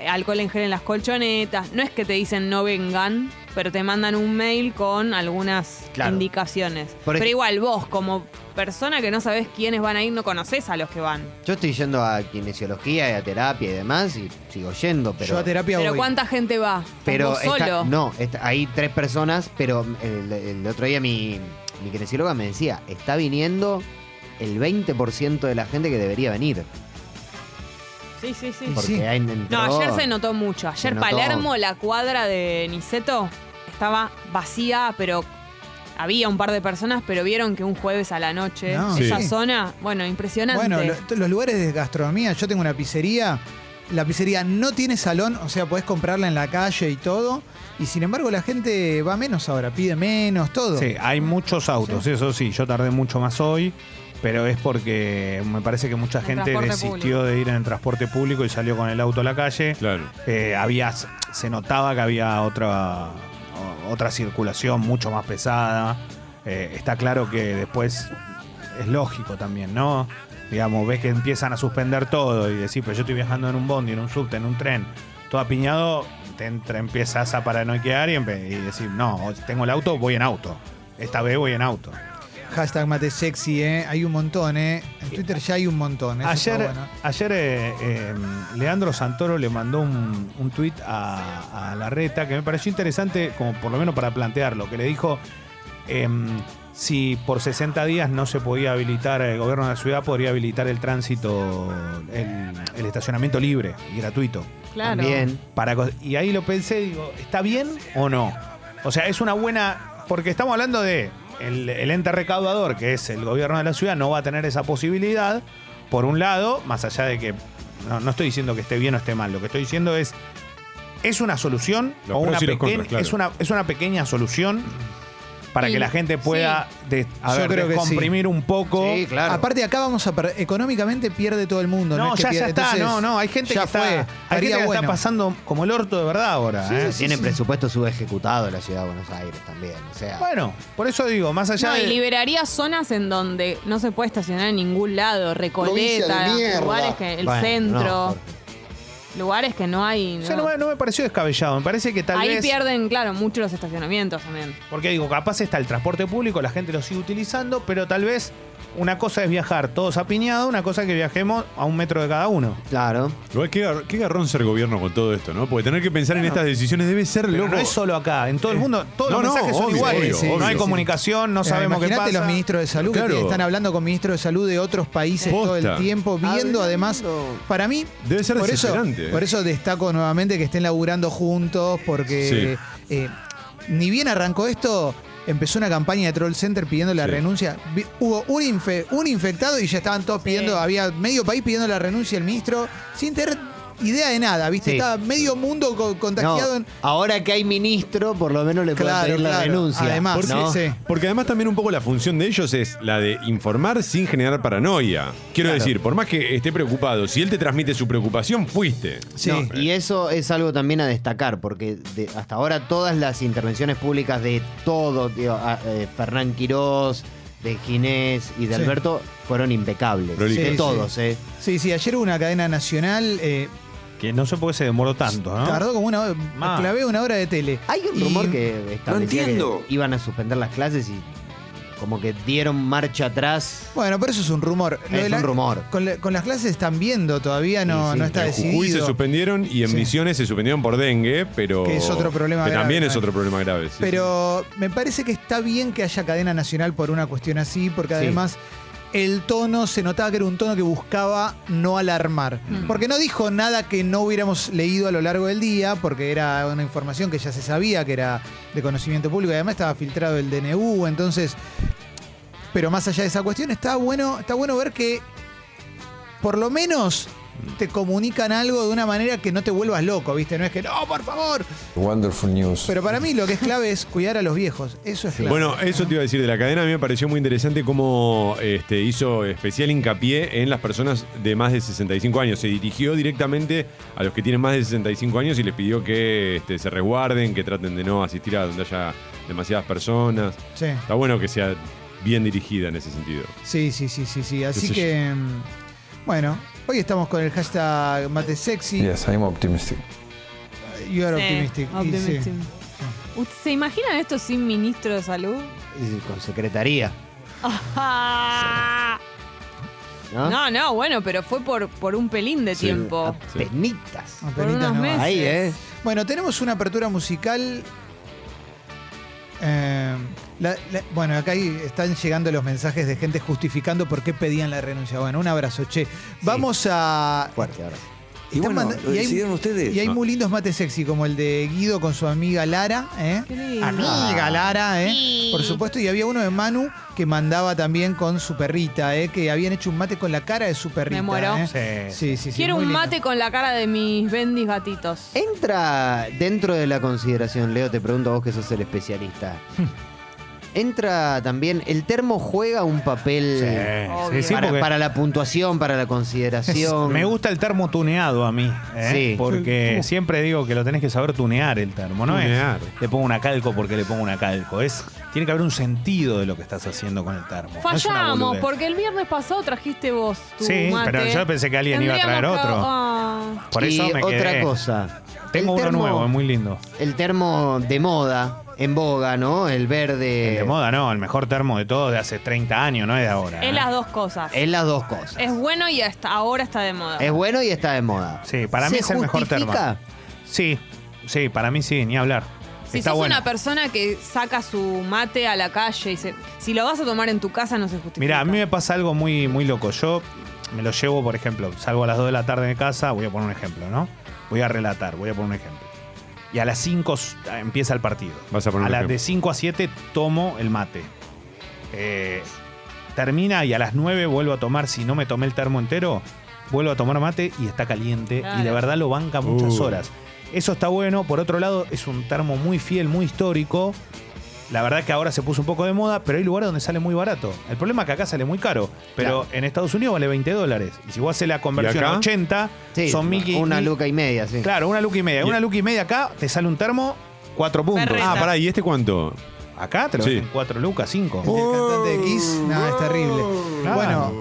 [SPEAKER 5] alcohol en gel en las colchonetas. No es que te dicen no vengan, pero te mandan un mail con algunas
[SPEAKER 6] Claro.
[SPEAKER 5] indicaciones.
[SPEAKER 6] Por
[SPEAKER 5] pero
[SPEAKER 6] ej-
[SPEAKER 5] igual, vos, como persona que no sabés quiénes van a ir, no conoces a los que van.
[SPEAKER 6] Yo estoy yendo a kinesiología y a terapia y demás y sigo yendo, pero.
[SPEAKER 3] Yo a terapia
[SPEAKER 5] Pero
[SPEAKER 3] voy.
[SPEAKER 5] ¿cuánta gente va?
[SPEAKER 6] pero
[SPEAKER 5] Vos
[SPEAKER 6] esta-
[SPEAKER 5] solo.
[SPEAKER 6] no, esta- hay tres personas, pero el, el otro día mi, mi kinesióloga me decía, está viniendo el 20% de la gente que debería venir.
[SPEAKER 5] Sí, sí, sí.
[SPEAKER 6] Porque
[SPEAKER 3] Sí.
[SPEAKER 6] hay
[SPEAKER 5] No, ayer se notó mucho. Ayer
[SPEAKER 6] Se notó.
[SPEAKER 5] Palermo, la cuadra de Niceto, estaba vacía, pero había un par de personas, pero vieron que un jueves a la noche,
[SPEAKER 3] No,
[SPEAKER 5] esa
[SPEAKER 3] sí.
[SPEAKER 5] zona, bueno, impresionante.
[SPEAKER 3] Bueno, lo- los lugares de gastronomía, yo tengo una pizzería, la pizzería no tiene salón, o sea, podés comprarla en la calle y todo, y sin embargo la gente va menos ahora, pide menos, todo.
[SPEAKER 7] Sí, hay muchos autos, eso sí, yo tardé mucho más hoy, pero es porque me parece que mucha
[SPEAKER 5] El
[SPEAKER 7] gente
[SPEAKER 5] transporte
[SPEAKER 7] desistió
[SPEAKER 5] público.
[SPEAKER 7] de ir en el transporte público y salió con el auto a la calle.
[SPEAKER 4] Claro.
[SPEAKER 7] Eh, había, se notaba que había otra, otra circulación mucho más pesada. Eh, está claro que después es lógico también, ¿no? Digamos, ves que empiezan a suspender todo y decís, pero yo estoy viajando en un bondi, en un subte, en un tren, todo apiñado, te entra, empiezas a paranoiquear y, empe- y decir, no, tengo el auto, voy en auto. Esta vez voy en auto.
[SPEAKER 3] Hashtag mate sexy, ¿eh? Hay un montón, ¿eh? En Twitter ya hay un montón. eso está
[SPEAKER 7] Ayer,
[SPEAKER 3] bueno.
[SPEAKER 7] ayer eh, eh, Leandro Santoro le mandó un, un tuit a, a la reta que me pareció interesante, como por lo menos para plantearlo, que le dijo em, si por 60 días no se podía habilitar el gobierno de la ciudad, podría habilitar el tránsito, el, el estacionamiento libre y gratuito.
[SPEAKER 5] claro.
[SPEAKER 6] Bien.
[SPEAKER 7] Para, co- y ahí lo pensé, digo, ¿está bien o no? O sea, es una buena. Porque estamos hablando de. El, el ente recaudador, que es el gobierno de la ciudad, no va a tener esa posibilidad, por un lado, más allá de que. No, no estoy diciendo que esté bien o esté mal, lo que estoy diciendo es. Es una solución,
[SPEAKER 4] Los
[SPEAKER 7] o una
[SPEAKER 4] pros y los
[SPEAKER 7] pequeña-
[SPEAKER 4] contras, claro.
[SPEAKER 7] es, una, es una pequeña solución para
[SPEAKER 5] Y-
[SPEAKER 7] que la gente pueda des- a
[SPEAKER 3] Yo
[SPEAKER 7] ver,
[SPEAKER 3] creo que sí.
[SPEAKER 7] descomprimir un poco.
[SPEAKER 6] Sí, claro.
[SPEAKER 3] Aparte acá vamos a per- económicamente pierde todo el mundo. No,
[SPEAKER 7] No,
[SPEAKER 3] es que
[SPEAKER 7] ya, ya
[SPEAKER 3] pierde-
[SPEAKER 7] está,
[SPEAKER 3] entonces,
[SPEAKER 7] no, no, hay gente
[SPEAKER 3] ya
[SPEAKER 7] que, está,
[SPEAKER 3] fue,
[SPEAKER 7] hay gente
[SPEAKER 3] estaría
[SPEAKER 7] que
[SPEAKER 3] bueno.
[SPEAKER 7] está pasando como el orto de verdad ahora. ¿eh?
[SPEAKER 6] Ah, Tiene presupuesto subejecutado la ciudad de Buenos Aires también. O sea,
[SPEAKER 7] Bueno, por eso digo, más allá
[SPEAKER 5] No, y
[SPEAKER 7] de.
[SPEAKER 5] liberaría zonas en donde no se puede estacionar en ningún lado, Recoleta,
[SPEAKER 1] Provincia de mierda.
[SPEAKER 5] lugares que el
[SPEAKER 6] Bueno,
[SPEAKER 5] centro,
[SPEAKER 6] no, Jorge.
[SPEAKER 5] lugares que no hay.
[SPEAKER 7] O sea,
[SPEAKER 5] no.
[SPEAKER 7] no, me, no me pareció descabellado. Me parece que tal
[SPEAKER 5] Ahí
[SPEAKER 7] vez.
[SPEAKER 5] pierden, claro, mucho los estacionamientos también.
[SPEAKER 7] Porque digo, capaz está el transporte público, la gente lo sigue utilizando, pero tal vez una cosa es viajar todos apiñados, una cosa es que viajemos a un metro de cada uno.
[SPEAKER 6] claro.
[SPEAKER 4] Igual, qué, gar- qué garrón ser gobierno con todo esto, ¿no? Porque tener que pensar en estas decisiones debe ser
[SPEAKER 7] Pero
[SPEAKER 4] loco.
[SPEAKER 7] no es solo acá, en todo el mundo, todos
[SPEAKER 4] No,
[SPEAKER 7] los
[SPEAKER 4] no,
[SPEAKER 7] mensajes son
[SPEAKER 4] obvio,
[SPEAKER 7] iguales.
[SPEAKER 3] Eh, obvio, Sí, obvio.
[SPEAKER 7] no hay
[SPEAKER 3] sí.
[SPEAKER 7] comunicación, no
[SPEAKER 3] Eh,
[SPEAKER 7] sabemos qué
[SPEAKER 3] imaginate
[SPEAKER 7] pasa.
[SPEAKER 3] los ministros de salud
[SPEAKER 4] Claro.
[SPEAKER 3] que están hablando con ministros de salud de otros países
[SPEAKER 4] Posta.
[SPEAKER 3] todo el tiempo, viendo además. Para mí,
[SPEAKER 4] Debe ser
[SPEAKER 3] por eso,
[SPEAKER 4] desesperante.
[SPEAKER 3] por eso destaco nuevamente que estén laburando juntos, porque eh, ni bien arrancó esto, empezó una campaña de Troll Center pidiendo la
[SPEAKER 4] Sí.
[SPEAKER 3] renuncia. Vi- Hubo un, infe- un infectado y ya estaban todos pidiendo, había medio país pidiendo la renuncia del ministro, sin tener idea de nada, ¿viste?
[SPEAKER 6] Sí.
[SPEAKER 3] Estaba medio mundo co-
[SPEAKER 6] No,
[SPEAKER 3] contagiado. en-
[SPEAKER 6] ahora que hay ministro, por lo menos le pueden
[SPEAKER 3] Claro,
[SPEAKER 6] pedir la
[SPEAKER 3] claro.
[SPEAKER 6] renuncia.
[SPEAKER 3] Además,
[SPEAKER 6] ¿no?
[SPEAKER 3] sí, sí.
[SPEAKER 4] Porque además también un poco la función de ellos es la de informar sin generar paranoia. Quiero decir, por más que esté preocupado, si él te transmite su preocupación, fuiste.
[SPEAKER 3] Sí.
[SPEAKER 6] No, y eso es algo también a destacar, porque de- hasta ahora todas las intervenciones públicas de todo, de, a- eh, Fernán Quirós, de Ginés y de
[SPEAKER 3] Sí.
[SPEAKER 6] Alberto, fueron impecables.
[SPEAKER 4] Prolijas.
[SPEAKER 6] de
[SPEAKER 3] Sí,
[SPEAKER 6] todos, ¿eh?
[SPEAKER 3] Sí, sí, ayer hubo una cadena nacional, eh,
[SPEAKER 7] Que no sé por qué se demoró tanto, ¿no?
[SPEAKER 3] tardó como una hora,
[SPEAKER 7] Más.
[SPEAKER 3] clavé una hora de tele.
[SPEAKER 6] Hay un
[SPEAKER 3] Y-
[SPEAKER 6] rumor que establecía
[SPEAKER 1] entiendo.
[SPEAKER 6] que iban a suspender las clases y como que dieron marcha atrás.
[SPEAKER 3] Bueno, pero eso es un rumor. Lo
[SPEAKER 6] Es
[SPEAKER 3] de
[SPEAKER 6] un
[SPEAKER 3] la-
[SPEAKER 6] rumor.
[SPEAKER 3] Con, la- con las clases están viendo, todavía no,
[SPEAKER 6] Sí, sí.
[SPEAKER 3] no está
[SPEAKER 4] En Jujuy se
[SPEAKER 3] decidido.
[SPEAKER 4] suspendieron y en
[SPEAKER 3] Sí.
[SPEAKER 4] Misiones se suspendieron por dengue, pero.
[SPEAKER 3] Que es otro problema
[SPEAKER 4] que
[SPEAKER 3] grave,
[SPEAKER 4] También
[SPEAKER 3] ¿no?
[SPEAKER 4] es otro problema grave. sí,
[SPEAKER 3] Pero me parece que está bien que haya cadena nacional por una cuestión así, porque
[SPEAKER 6] Sí.
[SPEAKER 3] además el tono se notaba que era un tono que buscaba no alarmar. Porque no dijo nada que no hubiéramos leído a lo largo del día, porque era una información que ya se sabía, que era de conocimiento público, y además estaba filtrado el DNU, entonces. Pero más allá de esa cuestión, está bueno, está bueno ver que por lo menos te comunican algo de una manera que no te vuelvas loco, ¿viste? No es que, no, por favor.
[SPEAKER 8] Wonderful news.
[SPEAKER 3] Pero para mí lo que es clave es cuidar a los viejos. Eso es clave.
[SPEAKER 4] Bueno, eso te iba a decir de la cadena. A mí me pareció muy interesante cómo este, hizo especial hincapié en las personas de más de 65 años. Se dirigió directamente a los que tienen más de 65 años y les pidió que este, se resguarden, que traten de no asistir a donde haya demasiadas personas.
[SPEAKER 3] Sí.
[SPEAKER 4] Está bueno que sea bien dirigida en ese sentido.
[SPEAKER 3] Sí, sí, sí, sí, sí. Así
[SPEAKER 4] sé
[SPEAKER 3] que, mm, bueno, hoy estamos con el hashtag Mate Sexy.
[SPEAKER 1] Yes, I'm optimistic.
[SPEAKER 3] You are
[SPEAKER 5] Sí,
[SPEAKER 3] optimistic. Y
[SPEAKER 5] optimistic.
[SPEAKER 3] sí.
[SPEAKER 5] Ut- ¿Se imaginan esto sin ministro de salud?
[SPEAKER 6] Y eh, Con secretaría,
[SPEAKER 5] Ajá.
[SPEAKER 7] ¿Ah?
[SPEAKER 6] ¿no?
[SPEAKER 5] Ah. No, no, bueno, pero fue por, por un pelín de
[SPEAKER 4] Sí.
[SPEAKER 5] tiempo.
[SPEAKER 7] Ah,
[SPEAKER 4] Sí.
[SPEAKER 6] Apenitas.
[SPEAKER 5] Por
[SPEAKER 3] Apenitas
[SPEAKER 5] unos
[SPEAKER 3] nomás.
[SPEAKER 5] meses.
[SPEAKER 6] Ahí, ¿eh?
[SPEAKER 3] Bueno, tenemos una apertura musical. Eh, la- la- bueno, acá ahí están llegando los mensajes de gente justificando por qué pedían la renuncia. Bueno, un abrazo, che. Vamos a.
[SPEAKER 6] Fuerte ahora.
[SPEAKER 1] Y
[SPEAKER 3] Están
[SPEAKER 1] bueno,
[SPEAKER 3] manda-
[SPEAKER 1] lo
[SPEAKER 3] y hay-
[SPEAKER 1] decidieron ustedes.
[SPEAKER 3] Y hay
[SPEAKER 4] No.
[SPEAKER 3] muy lindos mates sexy, como el de Guido con su amiga Lara, ¿eh?
[SPEAKER 5] Qué lindo.
[SPEAKER 3] Amiga Lara, ¿eh? Por supuesto, y había uno de Manu que mandaba también con su perrita, ¿eh? Que habían hecho un mate con la cara de su perrita.
[SPEAKER 5] muero.
[SPEAKER 3] ¿eh?
[SPEAKER 7] Sí. Eh,
[SPEAKER 3] Sí, sí, sí,
[SPEAKER 5] Quiero
[SPEAKER 3] muy
[SPEAKER 5] un
[SPEAKER 3] lindo.
[SPEAKER 5] mate con la cara de mis bendis gatitos.
[SPEAKER 6] Entra dentro de la consideración, Leo, te pregunto a vos que sos el especialista. Entra también, el termo juega un papel
[SPEAKER 3] eh,
[SPEAKER 7] Sí, sí, sí,
[SPEAKER 6] para,
[SPEAKER 7] porque
[SPEAKER 6] para la puntuación, para la consideración.
[SPEAKER 7] me gusta el termo tuneado a mí. ¿eh?
[SPEAKER 6] Sí.
[SPEAKER 7] Porque siempre digo que lo tenés que saber tunear el termo, ¿no? es,
[SPEAKER 4] Tunear.
[SPEAKER 7] le pongo una calco porque le pongo una calco. Es, tiene que haber un sentido de lo que estás haciendo con el termo. No es una
[SPEAKER 5] Fallamos,
[SPEAKER 7] boludez.
[SPEAKER 5] porque el viernes pasado trajiste vos tu
[SPEAKER 7] Sí,
[SPEAKER 5] mate.
[SPEAKER 7] pero yo pensé que alguien iba a traer
[SPEAKER 5] Tendríamos que-
[SPEAKER 7] otro.
[SPEAKER 5] Ah.
[SPEAKER 7] Por eso
[SPEAKER 6] y
[SPEAKER 7] me
[SPEAKER 6] otra
[SPEAKER 7] quedé.
[SPEAKER 6] cosa.
[SPEAKER 7] Tengo
[SPEAKER 6] El
[SPEAKER 7] uno
[SPEAKER 6] termo-
[SPEAKER 7] nuevo, es muy lindo.
[SPEAKER 6] El termo de moda, en boga, ¿no? El verde.
[SPEAKER 7] El de moda, no, el mejor termo de todos de hace 30 años, no es de ahora. ¿eh?
[SPEAKER 5] Es las dos cosas.
[SPEAKER 6] Es las dos cosas.
[SPEAKER 5] Es bueno y hasta ahora está de moda.
[SPEAKER 6] Es bueno y está de moda.
[SPEAKER 7] Sí, para
[SPEAKER 6] ¿Se
[SPEAKER 7] mí es el mejor termo.
[SPEAKER 6] justifica?
[SPEAKER 7] Sí, sí, para mí sí, ni hablar.
[SPEAKER 5] si
[SPEAKER 7] Está
[SPEAKER 5] sos
[SPEAKER 7] bueno.
[SPEAKER 5] una persona que saca su mate a la calle y se, si lo vas a tomar en tu casa no se justifica.
[SPEAKER 7] Mira, a mí me pasa algo muy, muy loco. Yo me lo llevo, por ejemplo, salgo a las 2 de la tarde de casa, voy a poner un ejemplo, ¿no? Voy a relatar, voy a poner un ejemplo. Y a las 5 s- ah, empieza el partido.
[SPEAKER 4] Vas a poner un
[SPEAKER 7] las
[SPEAKER 4] ejemplo.
[SPEAKER 7] de 5 a 7 tomo el mate. Eh, termina y a las 9 vuelvo a tomar, si no me tomé el termo entero, vuelvo a tomar mate y está caliente. Y de
[SPEAKER 5] Claro.
[SPEAKER 7] verdad lo banca muchas
[SPEAKER 4] Uh.
[SPEAKER 7] horas. Eso está bueno. Por otro lado, es un termo muy fiel, muy histórico. La verdad que ahora se puso un poco de moda, pero hay lugares donde sale muy barato. El problema es que acá sale muy caro, pero en Estados Unidos vale 20 dólares. Y si vos haces la conversión
[SPEAKER 4] ¿Y
[SPEAKER 7] a
[SPEAKER 4] acá?
[SPEAKER 7] 80,
[SPEAKER 6] Sí,
[SPEAKER 7] son mil quin-
[SPEAKER 6] Una
[SPEAKER 7] mil-
[SPEAKER 6] luca y media, sí.
[SPEAKER 7] Claro, una luca y media.
[SPEAKER 4] Y-
[SPEAKER 7] Una luca y media acá te sale un termo, cuatro puntos.
[SPEAKER 5] Berreta.
[SPEAKER 4] Ah, pará, ¿y este cuánto?
[SPEAKER 7] Ah, acá te lo
[SPEAKER 4] Sí.
[SPEAKER 7] venden cuatro lucas, cinco.
[SPEAKER 3] El del cantante de Kiss, no, es terrible.
[SPEAKER 7] Claro.
[SPEAKER 3] Uh, Bueno,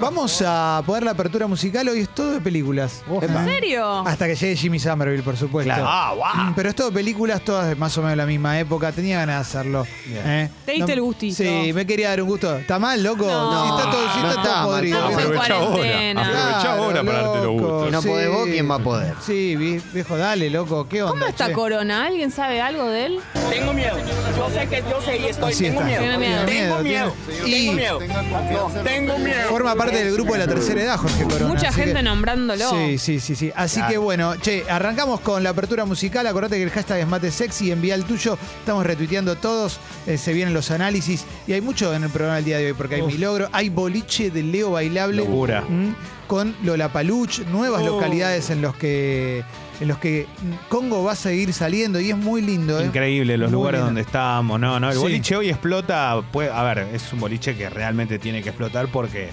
[SPEAKER 3] vamos a poner la apertura musical. Hoy es todo de películas.
[SPEAKER 5] ¿En
[SPEAKER 3] ¿Eh?
[SPEAKER 5] serio?
[SPEAKER 3] Hasta que llegue Jimmy Somerville, por supuesto.
[SPEAKER 6] Claro.
[SPEAKER 7] Ah, guau.
[SPEAKER 3] Mm, Pero es todo películas, todas de más o menos de la misma época. Tenía ganas de hacerlo.
[SPEAKER 7] Bien.
[SPEAKER 3] ¿eh?
[SPEAKER 5] Te diste el gustito.
[SPEAKER 3] Sí, me quería dar un gusto. ¿Está mal, loco?
[SPEAKER 5] No.
[SPEAKER 3] Sí, está todo, sí,
[SPEAKER 6] No
[SPEAKER 3] está
[SPEAKER 6] está
[SPEAKER 3] todo
[SPEAKER 6] mal,
[SPEAKER 3] podrido.
[SPEAKER 5] Estamos en
[SPEAKER 4] Aprovechá ahora.
[SPEAKER 5] cuarentena.
[SPEAKER 4] Aprovechá ahora para darte los
[SPEAKER 3] loco,
[SPEAKER 4] gustos.
[SPEAKER 6] No
[SPEAKER 3] sí.
[SPEAKER 6] podés vos, ¿quién va a poder?
[SPEAKER 3] Sí, vie- viejo, dale, loco. ¿Qué onda?
[SPEAKER 5] ¿Cómo está
[SPEAKER 3] che?
[SPEAKER 5] Corona? ¿Alguien sabe algo de él?
[SPEAKER 8] Tengo miedo. Yo sé que yo sé y estoy.
[SPEAKER 3] Así
[SPEAKER 8] tengo,
[SPEAKER 3] está.
[SPEAKER 8] miedo.
[SPEAKER 5] Tiene miedo.
[SPEAKER 8] tengo miedo.
[SPEAKER 3] tiene- Y
[SPEAKER 8] Tengo miedo. No, tengo miedo.
[SPEAKER 3] forma parte del grupo de la tercera edad, Jorge Corona.
[SPEAKER 5] Mucha
[SPEAKER 3] así
[SPEAKER 5] gente
[SPEAKER 3] que-
[SPEAKER 5] nombrándolo.
[SPEAKER 3] Sí, sí, sí, sí. Así que bueno, che, arrancamos con la apertura musical. Acordate que el hashtag es mate sexy, envía el tuyo. Estamos retuiteando todos. eh, se vienen los análisis. Y hay mucho en el programa del día de hoy porque hay milagro. Hay boliche de Leo Bailable.
[SPEAKER 7] Locura. Oh.
[SPEAKER 3] Mm, Con Lola Paluch, nuevas localidades en los que. En los que mm, Congo va a seguir saliendo y es muy lindo. ¿eh?
[SPEAKER 7] Increíble los
[SPEAKER 3] Muy
[SPEAKER 7] lugares
[SPEAKER 3] lindo.
[SPEAKER 7] donde estábamos, ¿no? no el
[SPEAKER 3] Sí.
[SPEAKER 7] boliche hoy explota, puede- a ver, es un boliche que realmente tiene que explotar porque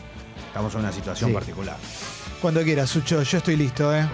[SPEAKER 7] estamos en una situación
[SPEAKER 3] Sí.
[SPEAKER 7] particular.
[SPEAKER 3] Cuando quieras, Sucho, yo estoy listo, ¿eh?